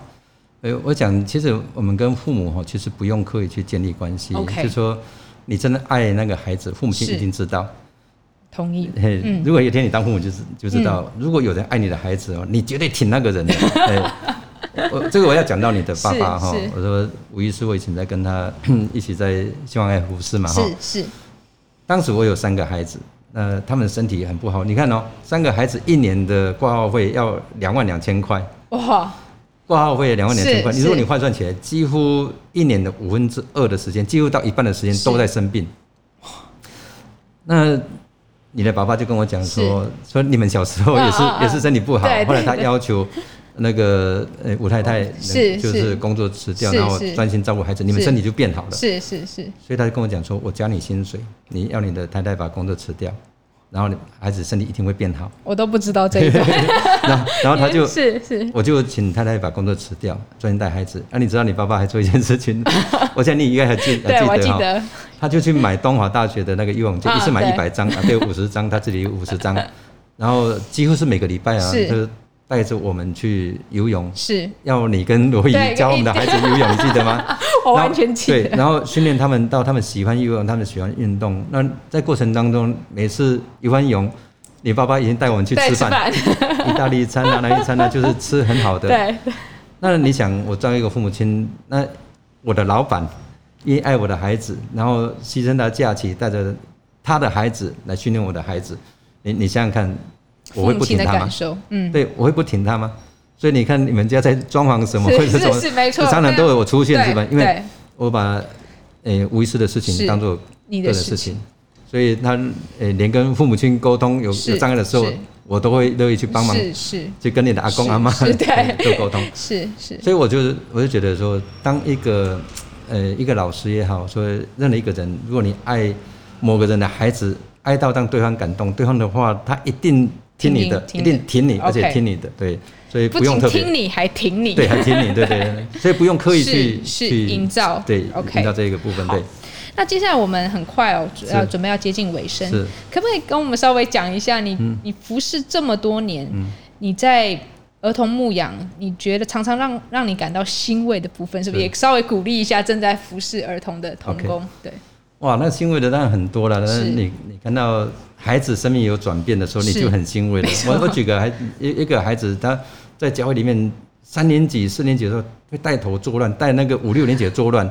Speaker 2: 呃，我讲，其实我们跟父母哈，其实不用刻意去建立关系
Speaker 1: OK
Speaker 2: 就说你真的爱那个孩子，父母亲
Speaker 1: 是嗯
Speaker 2: 一定知道。
Speaker 1: 同意，
Speaker 2: 嘿，如果有一天你当父母就知就知道，
Speaker 1: 嗯
Speaker 2: 如果有人爱你的孩子哦，你绝对挺那
Speaker 1: *laughs*
Speaker 2: 个人的。哎，我这个我要讲到你的爸爸哈
Speaker 1: 是是，
Speaker 2: 我说吴医师，我以前在跟他 *coughs* 一起在希望爱护士嘛哈，
Speaker 1: 是是
Speaker 2: 当时我有三个孩子。呃，他们身体很不好，你看哦，三个孩子一年的挂号费要两万两千块，
Speaker 1: 哇，
Speaker 2: 挂号费两万两千块，
Speaker 1: 是
Speaker 2: 你如果
Speaker 1: 是
Speaker 2: 你换算起来，几乎一年的五分之二的时间，几乎到一半的时间
Speaker 1: 是
Speaker 2: 都在生病。那你的爸爸就跟我讲说，说你们小时候也是、
Speaker 1: 啊啊啊
Speaker 2: 也是身体不好
Speaker 1: 对对，哦
Speaker 2: 后来他要求那个呃吴太太
Speaker 1: 是
Speaker 2: 就是是工作辞掉，
Speaker 1: 是
Speaker 2: 然后
Speaker 1: 是
Speaker 2: 专心照顾孩子，你们
Speaker 1: 是
Speaker 2: 身体就变好了。
Speaker 1: 是是是
Speaker 2: 所以他就跟我讲说，我加你薪水，你要你的太太把工作辞掉，然后你孩子身体一定会变好。
Speaker 1: 我都不知道这一段，
Speaker 2: 然后然后 *laughs* 他就
Speaker 1: 是是
Speaker 2: 我就请太太把工作辞掉，专心带孩子。那、啊你知道你爸爸还做一件
Speaker 1: *laughs*
Speaker 2: 事情，我想你应该 *laughs* 还记
Speaker 1: 对，我还
Speaker 2: 还
Speaker 1: 记
Speaker 2: 记得哈，
Speaker 1: 得
Speaker 2: 他就去买东华大学的那个游泳镜，
Speaker 1: 啊
Speaker 2: 一次买
Speaker 1: 对
Speaker 2: 一百张，啊，对，五十张，他自己有五
Speaker 1: *laughs*
Speaker 2: 十张，然后几乎是每个礼拜啊，
Speaker 1: 是
Speaker 2: 就带着我们去游泳。
Speaker 1: 是，
Speaker 2: *laughs* 要你跟罗姨
Speaker 1: 对
Speaker 2: 教我们的孩子游泳，你记得吗？
Speaker 1: *laughs* 我
Speaker 2: 然后
Speaker 1: 完全记得
Speaker 2: 对，然后训练他们到他们喜欢游泳，他们喜欢运动。那在过程当中，每次游完泳，你爸爸已经带我们去
Speaker 1: 对
Speaker 2: 吃
Speaker 1: 吃
Speaker 2: 饭，
Speaker 1: 饭，
Speaker 2: 意大利餐啊，哪一餐啊，就是吃
Speaker 1: *laughs*
Speaker 2: 很好的。
Speaker 1: 对
Speaker 2: 那你想，我作为一个父母亲，那我的老板因为爱我的孩子，然后牺牲他假期，带着他的孩子来训练我的孩子，你你想想看，我
Speaker 1: 父
Speaker 2: 会
Speaker 1: 母
Speaker 2: 不
Speaker 1: 亲的
Speaker 2: 挺他
Speaker 1: 感
Speaker 2: 吗？
Speaker 1: 受，嗯，
Speaker 2: 对，我会不挺他吗？所以你看，你们家在装潢什么
Speaker 1: 是
Speaker 2: 或者
Speaker 1: 是
Speaker 2: 什么，
Speaker 1: 是没错
Speaker 2: 常常都有我出现
Speaker 1: 对
Speaker 2: 是吧？因为
Speaker 1: 对
Speaker 2: 我把呃无意识的事情
Speaker 1: 是
Speaker 2: 当做
Speaker 1: 你
Speaker 2: 个
Speaker 1: 的
Speaker 2: 人
Speaker 1: 事
Speaker 2: 事
Speaker 1: 情
Speaker 2: 情，所以他呃连跟父母亲沟通有
Speaker 1: 是
Speaker 2: 有障碍的时候
Speaker 1: 是，
Speaker 2: 我都会乐意去帮忙，
Speaker 1: 是是
Speaker 2: 去跟你的阿公
Speaker 1: 是
Speaker 2: 阿妈
Speaker 1: 是对
Speaker 2: *laughs* 做沟通。
Speaker 1: 是是，
Speaker 2: 所以我就我就觉得说，当一个呃一个老师也好，说任何一个人，如果你爱某个人的孩子，爱到让对方感动，对方的话，他一定听你的，
Speaker 1: 听你听你
Speaker 2: 一定听你，
Speaker 1: OK
Speaker 2: 而且听你的，对，所以
Speaker 1: 不
Speaker 2: 不用
Speaker 1: 仅
Speaker 2: 特
Speaker 1: 听
Speaker 2: 别。
Speaker 1: 你还挺你，
Speaker 2: 对，还听你，对对对，所以不用刻意去
Speaker 1: *laughs* 是是
Speaker 2: 去
Speaker 1: 营造
Speaker 2: 对
Speaker 1: OK
Speaker 2: 营造这个部分，
Speaker 1: 好
Speaker 2: 对，
Speaker 1: 那接下来我们很快哦，
Speaker 2: 是
Speaker 1: 要准备要接近尾声
Speaker 2: 是，嗯
Speaker 1: 可不可以跟我们稍微讲一下你、你服侍这么多年，你在儿童牧养，你觉得常常让让你感到欣慰的部分，是不是
Speaker 2: 是
Speaker 1: 也稍微鼓励一下正在服侍儿童的童工对，
Speaker 2: 哇，那欣慰的当然很多了。那
Speaker 1: 是
Speaker 2: 你你看到孩子生命有转变的时候，你
Speaker 1: 是
Speaker 2: 就很欣慰了
Speaker 1: 没。错
Speaker 2: 我我举个孩一一个孩子，他在教会里面三年级、四年级的时候会带头作乱，带那个五六年级的作
Speaker 1: *laughs*
Speaker 2: 乱。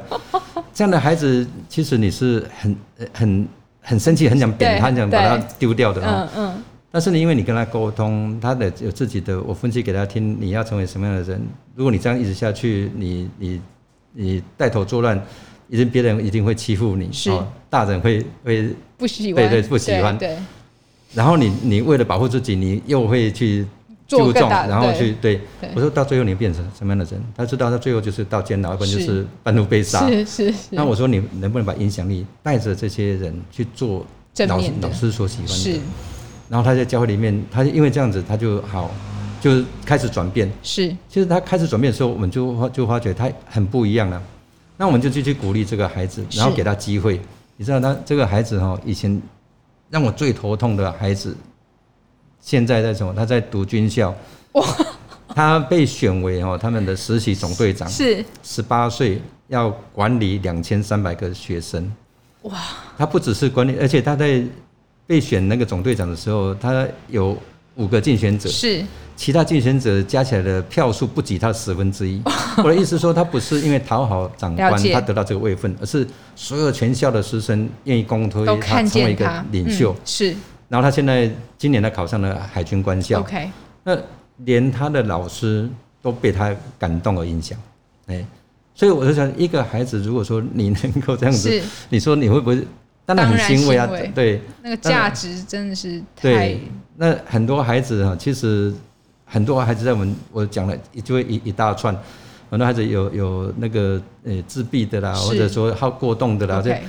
Speaker 2: 这样的孩子，其实你是很呃很很生气，很想
Speaker 1: 对
Speaker 2: 扁他，很想把他
Speaker 1: 对
Speaker 2: 丢掉的哦。
Speaker 1: 嗯嗯，
Speaker 2: 但是呢，因为你跟他沟通，他的有自己的，我分析给他听，你要成为什么样的人。如果你这样一直下去，你你你带头作乱，一定别人一定会欺负你，哦
Speaker 1: 是
Speaker 2: 大人会会。
Speaker 1: 不喜欢，
Speaker 2: 对对不喜欢
Speaker 1: 对，对
Speaker 2: 然后你你为了保护自己，你又会去
Speaker 1: 做
Speaker 2: 注
Speaker 1: 更
Speaker 2: 重，
Speaker 1: 大
Speaker 2: 然后
Speaker 1: 对
Speaker 2: 去对
Speaker 1: 对
Speaker 2: 我说到最后你变成什么样的人？他知道他最后就是到监牢，要不然就是是半路被杀。
Speaker 1: 是是是，
Speaker 2: 那我说你能不能把影响力带着这些人去做
Speaker 1: 正
Speaker 2: 老师
Speaker 1: 面的
Speaker 2: 老师所喜欢的？
Speaker 1: 是
Speaker 2: 然后他在教会里面，他就因为这样子，他就好，就开始转变。
Speaker 1: 是
Speaker 2: 其实他开始转变的时候，我们就发就发觉他很不一样了。那我们就继续鼓励这个孩子，
Speaker 1: 是
Speaker 2: 然后给他机会。你知道他这个孩子哈、哦，以前让我最头痛的孩子，现在在什么？他在读军校。他被选为哦他们的实习总队长，
Speaker 1: 是
Speaker 2: 十八岁要管理两千三百个学生。哇！他不只是管理，而且他在被选那个总队长的时候，他有五个竞选者，
Speaker 1: 是
Speaker 2: 其他竞选者加起来的票数不及他十分
Speaker 1: *laughs*
Speaker 2: 之一。我的意思说，他不是因为讨好长
Speaker 1: 了
Speaker 2: 官
Speaker 1: 解
Speaker 2: 他得到这个位分，而是所有全校的师生愿意公推
Speaker 1: 都
Speaker 2: 他
Speaker 1: 看
Speaker 2: 成为一
Speaker 1: 见
Speaker 2: 个
Speaker 1: 他
Speaker 2: 领袖。
Speaker 1: 嗯是
Speaker 2: 然后他现在今年他考上了海军官校
Speaker 1: OK
Speaker 2: 那连他的老师都被他感动而影响，哎、所以我就想，一个孩子如果说你能够这样子
Speaker 1: 是，
Speaker 2: 你说你会不会？当然
Speaker 1: 当
Speaker 2: 很
Speaker 1: 然
Speaker 2: 欣慰啊
Speaker 1: 欣慰，
Speaker 2: 对
Speaker 1: 那个
Speaker 2: 当
Speaker 1: 价
Speaker 2: 然
Speaker 1: 值真的是太
Speaker 2: 对。那很多孩子啊，其实很多孩子在我们我讲了一就会一一大串，很多孩子有有那个呃自闭的啦，
Speaker 1: 是
Speaker 2: 或者说好过动的啦，这
Speaker 1: OK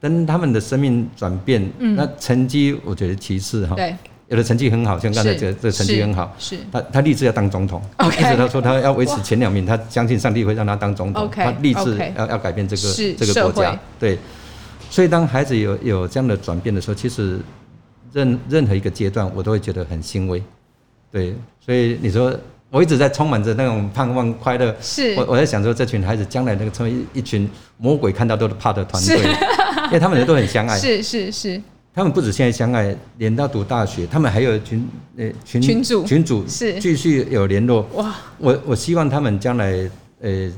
Speaker 2: 跟他们的生命转变，
Speaker 1: 嗯
Speaker 2: 那成绩我觉得其次哈，
Speaker 1: 对，
Speaker 2: 有的成绩很好，像刚才
Speaker 1: 是
Speaker 2: 这这成绩
Speaker 1: 是
Speaker 2: 很好，
Speaker 1: 是
Speaker 2: 他他立志要当总统
Speaker 1: OK
Speaker 2: 一直他说他要维持前两名，他相信上帝会让他当总统
Speaker 1: OK，
Speaker 2: 他立志
Speaker 1: OK
Speaker 2: 要要改变这个
Speaker 1: 是
Speaker 2: 这个国
Speaker 1: 社会
Speaker 2: 家，对。所以当孩子有有这样的转变的时候，其实任任何一个阶段，我都会觉得很欣慰，对。所以你说我一直在充满着那种盼望、快乐。
Speaker 1: 是
Speaker 2: 我我在想说，这群孩子将来能够成为一一群魔鬼看到都怕的团队， *laughs* 因为他们人都很相爱，
Speaker 1: 是是是
Speaker 2: 他们不止现在相爱，连到读大学，他们还有群呃群
Speaker 1: 群组
Speaker 2: 群组
Speaker 1: 是
Speaker 2: 继续有联络。
Speaker 1: 哇，
Speaker 2: 我我希望他们将来呃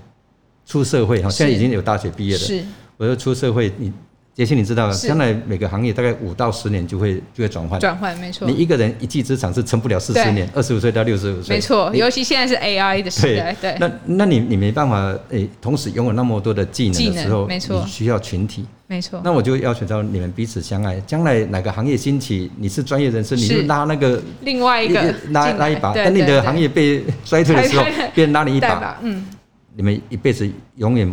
Speaker 2: 出社会哈，
Speaker 1: 是
Speaker 2: 现在已经有大学毕业了。
Speaker 1: 是
Speaker 2: 我说出社会，你杰西你知道，
Speaker 1: 是
Speaker 2: 将来每个行业大概五到十年就会就会转换。
Speaker 1: 转换没错
Speaker 2: 你，一个人一技之长是撑不了四
Speaker 1: 对
Speaker 2: 十年，二十五岁到六十五岁，
Speaker 1: 没错，
Speaker 2: 你
Speaker 1: 尤其现在是 AI 的时代，对，
Speaker 2: 那那你你没办法诶、同时拥有那么多的技
Speaker 1: 技
Speaker 2: 能的
Speaker 1: 能
Speaker 2: 时候，
Speaker 1: 没错
Speaker 2: 你需要群体。
Speaker 1: 没错，
Speaker 2: 那我就要求到你们彼此相爱。将来哪个行业兴起，你是专业人士，你
Speaker 1: 是
Speaker 2: 就拉那个
Speaker 1: 另外一个
Speaker 2: 拉
Speaker 1: 进来
Speaker 2: 拉一把。
Speaker 1: 对
Speaker 2: 当你
Speaker 1: 对
Speaker 2: 的
Speaker 1: 对
Speaker 2: 行
Speaker 1: *laughs*
Speaker 2: 业被衰退的时候
Speaker 1: 对对，
Speaker 2: 别人拉你一
Speaker 1: 对
Speaker 2: 把，
Speaker 1: 吧，嗯，
Speaker 2: 你们一辈子永远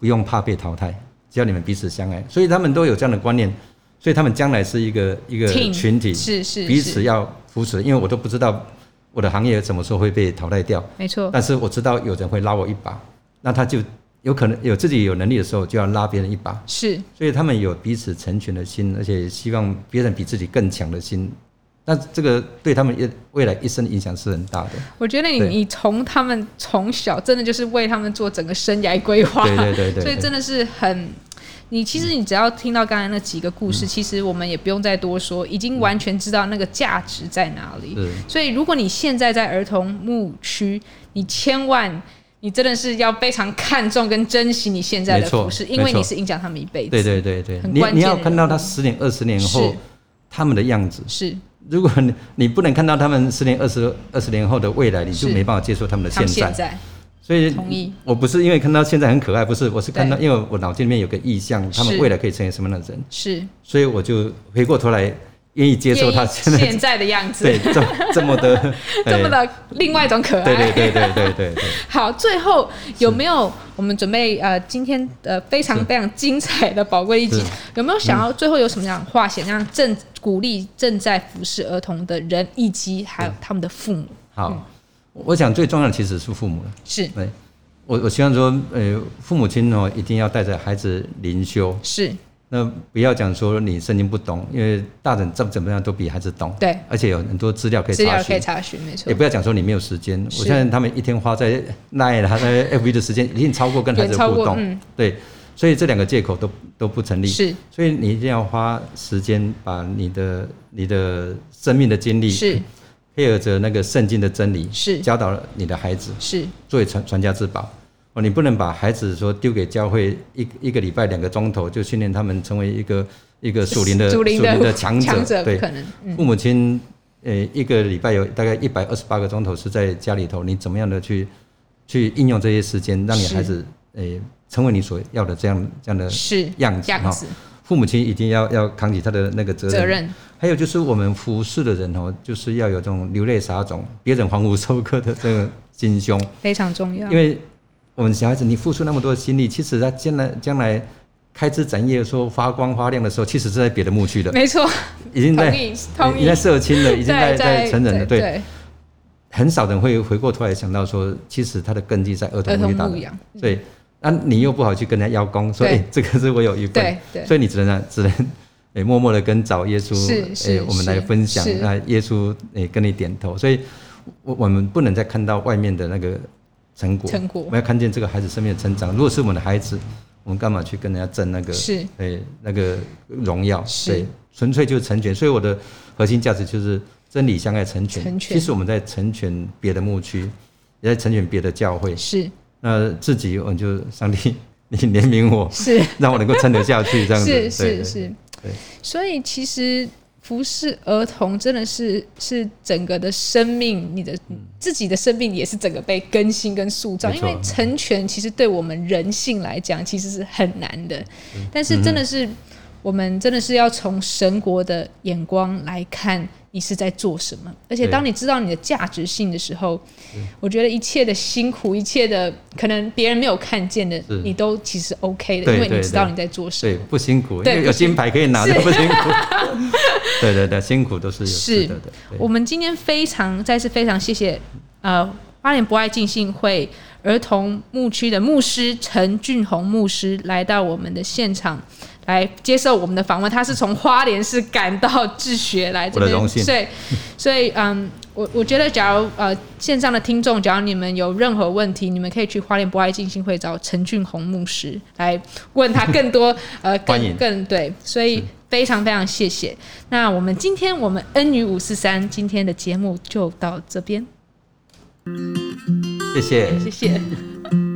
Speaker 2: 不用怕被淘汰，只要你们彼此相爱。所以他们都有这样的观念，所以他们将来是一个一个
Speaker 1: team，
Speaker 2: 群体，
Speaker 1: 是是
Speaker 2: 彼
Speaker 1: 是
Speaker 2: 此要扶持。因为我都不知道我的行业什么时候会被淘汰掉，
Speaker 1: 没错，
Speaker 2: 但是我知道有人会拉我一把，那他就有可能有自己有能力的时候就要拉别人一把。
Speaker 1: 是
Speaker 2: 所以他们有彼此成全的心，而且希望别人比自己更强的心。那这个对他们一未来一生的影响是很大的。
Speaker 1: 我觉得你
Speaker 2: 对
Speaker 1: 你从他们从小真的就是为他们做整个生涯规划，
Speaker 2: 对对对对
Speaker 1: 所以真的是很。你其实你只要听到刚才那几个故
Speaker 2: 嗯
Speaker 1: 事，其实我们也不用再多说，已经完全知道那个价值在哪里。
Speaker 2: 是
Speaker 1: 所以如果你现在在儿童牧区，你千万。你真的是要非常看重跟珍惜你现在的
Speaker 2: 没错
Speaker 1: 服饰，因为
Speaker 2: 没错
Speaker 1: 你是影响他们一辈子。
Speaker 2: 对对对对，
Speaker 1: 很
Speaker 2: 你
Speaker 1: 关键
Speaker 2: 你要
Speaker 1: 的
Speaker 2: 看到他十年、二十年后
Speaker 1: 是
Speaker 2: 他们的样子。
Speaker 1: 是
Speaker 2: 如果你你不能看到他们十年、二十、二十年后的未来，你就是没办法接受他们的
Speaker 1: 他们
Speaker 2: 现
Speaker 1: 现
Speaker 2: 在。
Speaker 1: 在
Speaker 2: 所以
Speaker 1: 同意
Speaker 2: 我不是因为看到现在很可爱，不是，我是看到，
Speaker 1: 对
Speaker 2: 因为我脑筋里面有个意向，他们
Speaker 1: 是
Speaker 2: 未来可以成为什么样的人，
Speaker 1: 是
Speaker 2: 所以我就回过头来愿意接受
Speaker 1: 愿
Speaker 2: 他
Speaker 1: 意
Speaker 2: 现在
Speaker 1: 现在的样子，
Speaker 2: *laughs* 对这这么
Speaker 1: *laughs*
Speaker 2: 的
Speaker 1: 这么的另外一种可
Speaker 2: 哎
Speaker 1: 爱。
Speaker 2: 对对对对对对对。
Speaker 1: 好，最后有没有我们准备呃今天呃非常
Speaker 2: 是
Speaker 1: 非常精彩的宝贵一集
Speaker 2: 是，
Speaker 1: 有没有想要最后有什么样的话想让正鼓励正在服侍儿童的人，以及还有他们的父母？
Speaker 2: 好，我想最重要的其实是父母了。
Speaker 1: 是
Speaker 2: 对，我我希望说，呃，父母亲哦，一定要带着孩子灵修，
Speaker 1: 是，
Speaker 2: 那不要讲说你圣经不懂，因为大人怎怎么样都比孩子懂。
Speaker 1: 对
Speaker 2: 而且有很多资料可以
Speaker 1: 资
Speaker 2: 查
Speaker 1: 料可以
Speaker 2: 询。
Speaker 1: 查询，没错
Speaker 2: 也，不要讲说你没有时间，
Speaker 1: 是
Speaker 2: 我相信他们一天花在奈他在 FV 的时间一定超过跟孩子
Speaker 1: 远超
Speaker 2: 的
Speaker 1: 过
Speaker 2: 互动。
Speaker 1: 嗯
Speaker 2: 对，所以这两个借口都都不成立。
Speaker 1: 是
Speaker 2: 所以你一定要花时间把你的你的生命的经历
Speaker 1: 是
Speaker 2: 配合着那个圣经的真理，
Speaker 1: 是
Speaker 2: 教导你的孩子，
Speaker 1: 是
Speaker 2: 作为传传家之宝。哦，你不能把孩子说丢给教会一一个礼拜两个钟头就训练他们成为一个一个属灵的
Speaker 1: 属灵
Speaker 2: 的
Speaker 1: 强
Speaker 2: 强者，
Speaker 1: 不
Speaker 2: 对，
Speaker 1: 可能，嗯，
Speaker 2: 父母亲，呃，一个礼拜有大概一百二十八个钟头是在家里头，你怎么样的去去应用这些时间，让你
Speaker 1: 是
Speaker 2: 孩子呃成为你所要的这样这样的
Speaker 1: 是
Speaker 2: 呃样子
Speaker 1: 样
Speaker 2: 哈、
Speaker 1: 子
Speaker 2: 父母亲一定要要扛起他的那个责任。
Speaker 1: 责任
Speaker 2: 还有就是我们服侍的人哦，就是要有这种流泪撒种，别人欢呼收割的这个心胸，
Speaker 1: 非常重要
Speaker 2: 因，为我们小孩子你付出那么多的心力，其实他将来将来开枝展叶说发光发亮的时候，其实是在别的牧区的，
Speaker 1: 没错，
Speaker 2: 已经在
Speaker 1: 同意同
Speaker 2: 已
Speaker 1: 意
Speaker 2: 经在，社青了，已经在
Speaker 1: 在
Speaker 2: 在成人了。对，
Speaker 1: 对，
Speaker 2: 很少人会回过头来想到说，其实他的根基在儿
Speaker 1: 儿
Speaker 2: 童
Speaker 1: 童
Speaker 2: 牧打
Speaker 1: 牧
Speaker 2: 的。
Speaker 1: 羊，
Speaker 2: 对，那啊你又不好去跟人家邀功，说
Speaker 1: 嗯对
Speaker 2: 哎，这个是我有一份
Speaker 1: 对，对
Speaker 2: 所以你只能啊只能 *laughs* 哎默默的跟找耶稣
Speaker 1: 是是
Speaker 2: 哎我们来
Speaker 1: 是
Speaker 2: 分享
Speaker 1: 是，
Speaker 2: 那耶稣哎跟你点头，所以我我们不能再看到外面的那个成果，
Speaker 1: 成果
Speaker 2: 我们要看见这个孩子生命的成长。如果是我们的孩子，我们干嘛去跟人家争那个
Speaker 1: 是
Speaker 2: 哎那个荣耀？
Speaker 1: 是
Speaker 2: 对，纯粹就是成全。所以我的核心价值就是真理相爱成全。
Speaker 1: 成全
Speaker 2: 其实我们在成全别的牧区，也在成全别的教会。
Speaker 1: 是
Speaker 2: 那自己我就上帝，你怜悯我，
Speaker 1: 是。
Speaker 2: 让我能够撑得下去，这样子。
Speaker 1: 是
Speaker 2: 对
Speaker 1: 是，
Speaker 2: 对
Speaker 1: 是
Speaker 2: 对，
Speaker 1: 所以其实服侍儿童真的是是整个的生命，你的自己的生命也是整个被更新跟塑造。
Speaker 2: 没
Speaker 1: 因
Speaker 2: 错
Speaker 1: 为成全其实对我们人性来讲其实是很难的，
Speaker 2: 嗯
Speaker 1: 但是真的是我们真的是要从神国的眼光来看。你是在做什么？而且
Speaker 2: 对嗯
Speaker 1: 当你知道你的价值性的时候，我觉得一切的辛苦，一切的可能别人没有看见的
Speaker 2: 是，
Speaker 1: 你都其实 OK 的，
Speaker 2: 对
Speaker 1: 因为你
Speaker 2: 对
Speaker 1: 知道
Speaker 2: 对
Speaker 1: 你在做什么
Speaker 2: 对。不辛苦，
Speaker 1: 对
Speaker 2: 因为
Speaker 1: 不
Speaker 2: 有
Speaker 1: 辛
Speaker 2: 金牌可以拿
Speaker 1: 是
Speaker 2: 的不辛苦。 *laughs* 对对对，辛苦都是有
Speaker 1: 是
Speaker 2: 值得的。对
Speaker 1: 我们今天非常再次非常谢谢呃花莲博爱浸信会儿童牧区的牧师陈俊宏牧师来到我们的现场。来接受我们的访问，他是从花莲市赶到志学来这
Speaker 2: 我的
Speaker 1: 边，
Speaker 2: 荣幸
Speaker 1: 所以，所以，嗯，我我觉得，假如呃线上的听众，假如你们有任何问题，你们可以去花莲博爱浸信会找陈俊宏牧师来问他更
Speaker 2: *laughs*
Speaker 1: 多呃
Speaker 2: 欢
Speaker 1: 更
Speaker 2: 迎
Speaker 1: 更对，所以非常非常谢谢。那我们今天我们 N 女五四三今天的节目就到这边，
Speaker 2: 谢谢。
Speaker 1: 谢谢。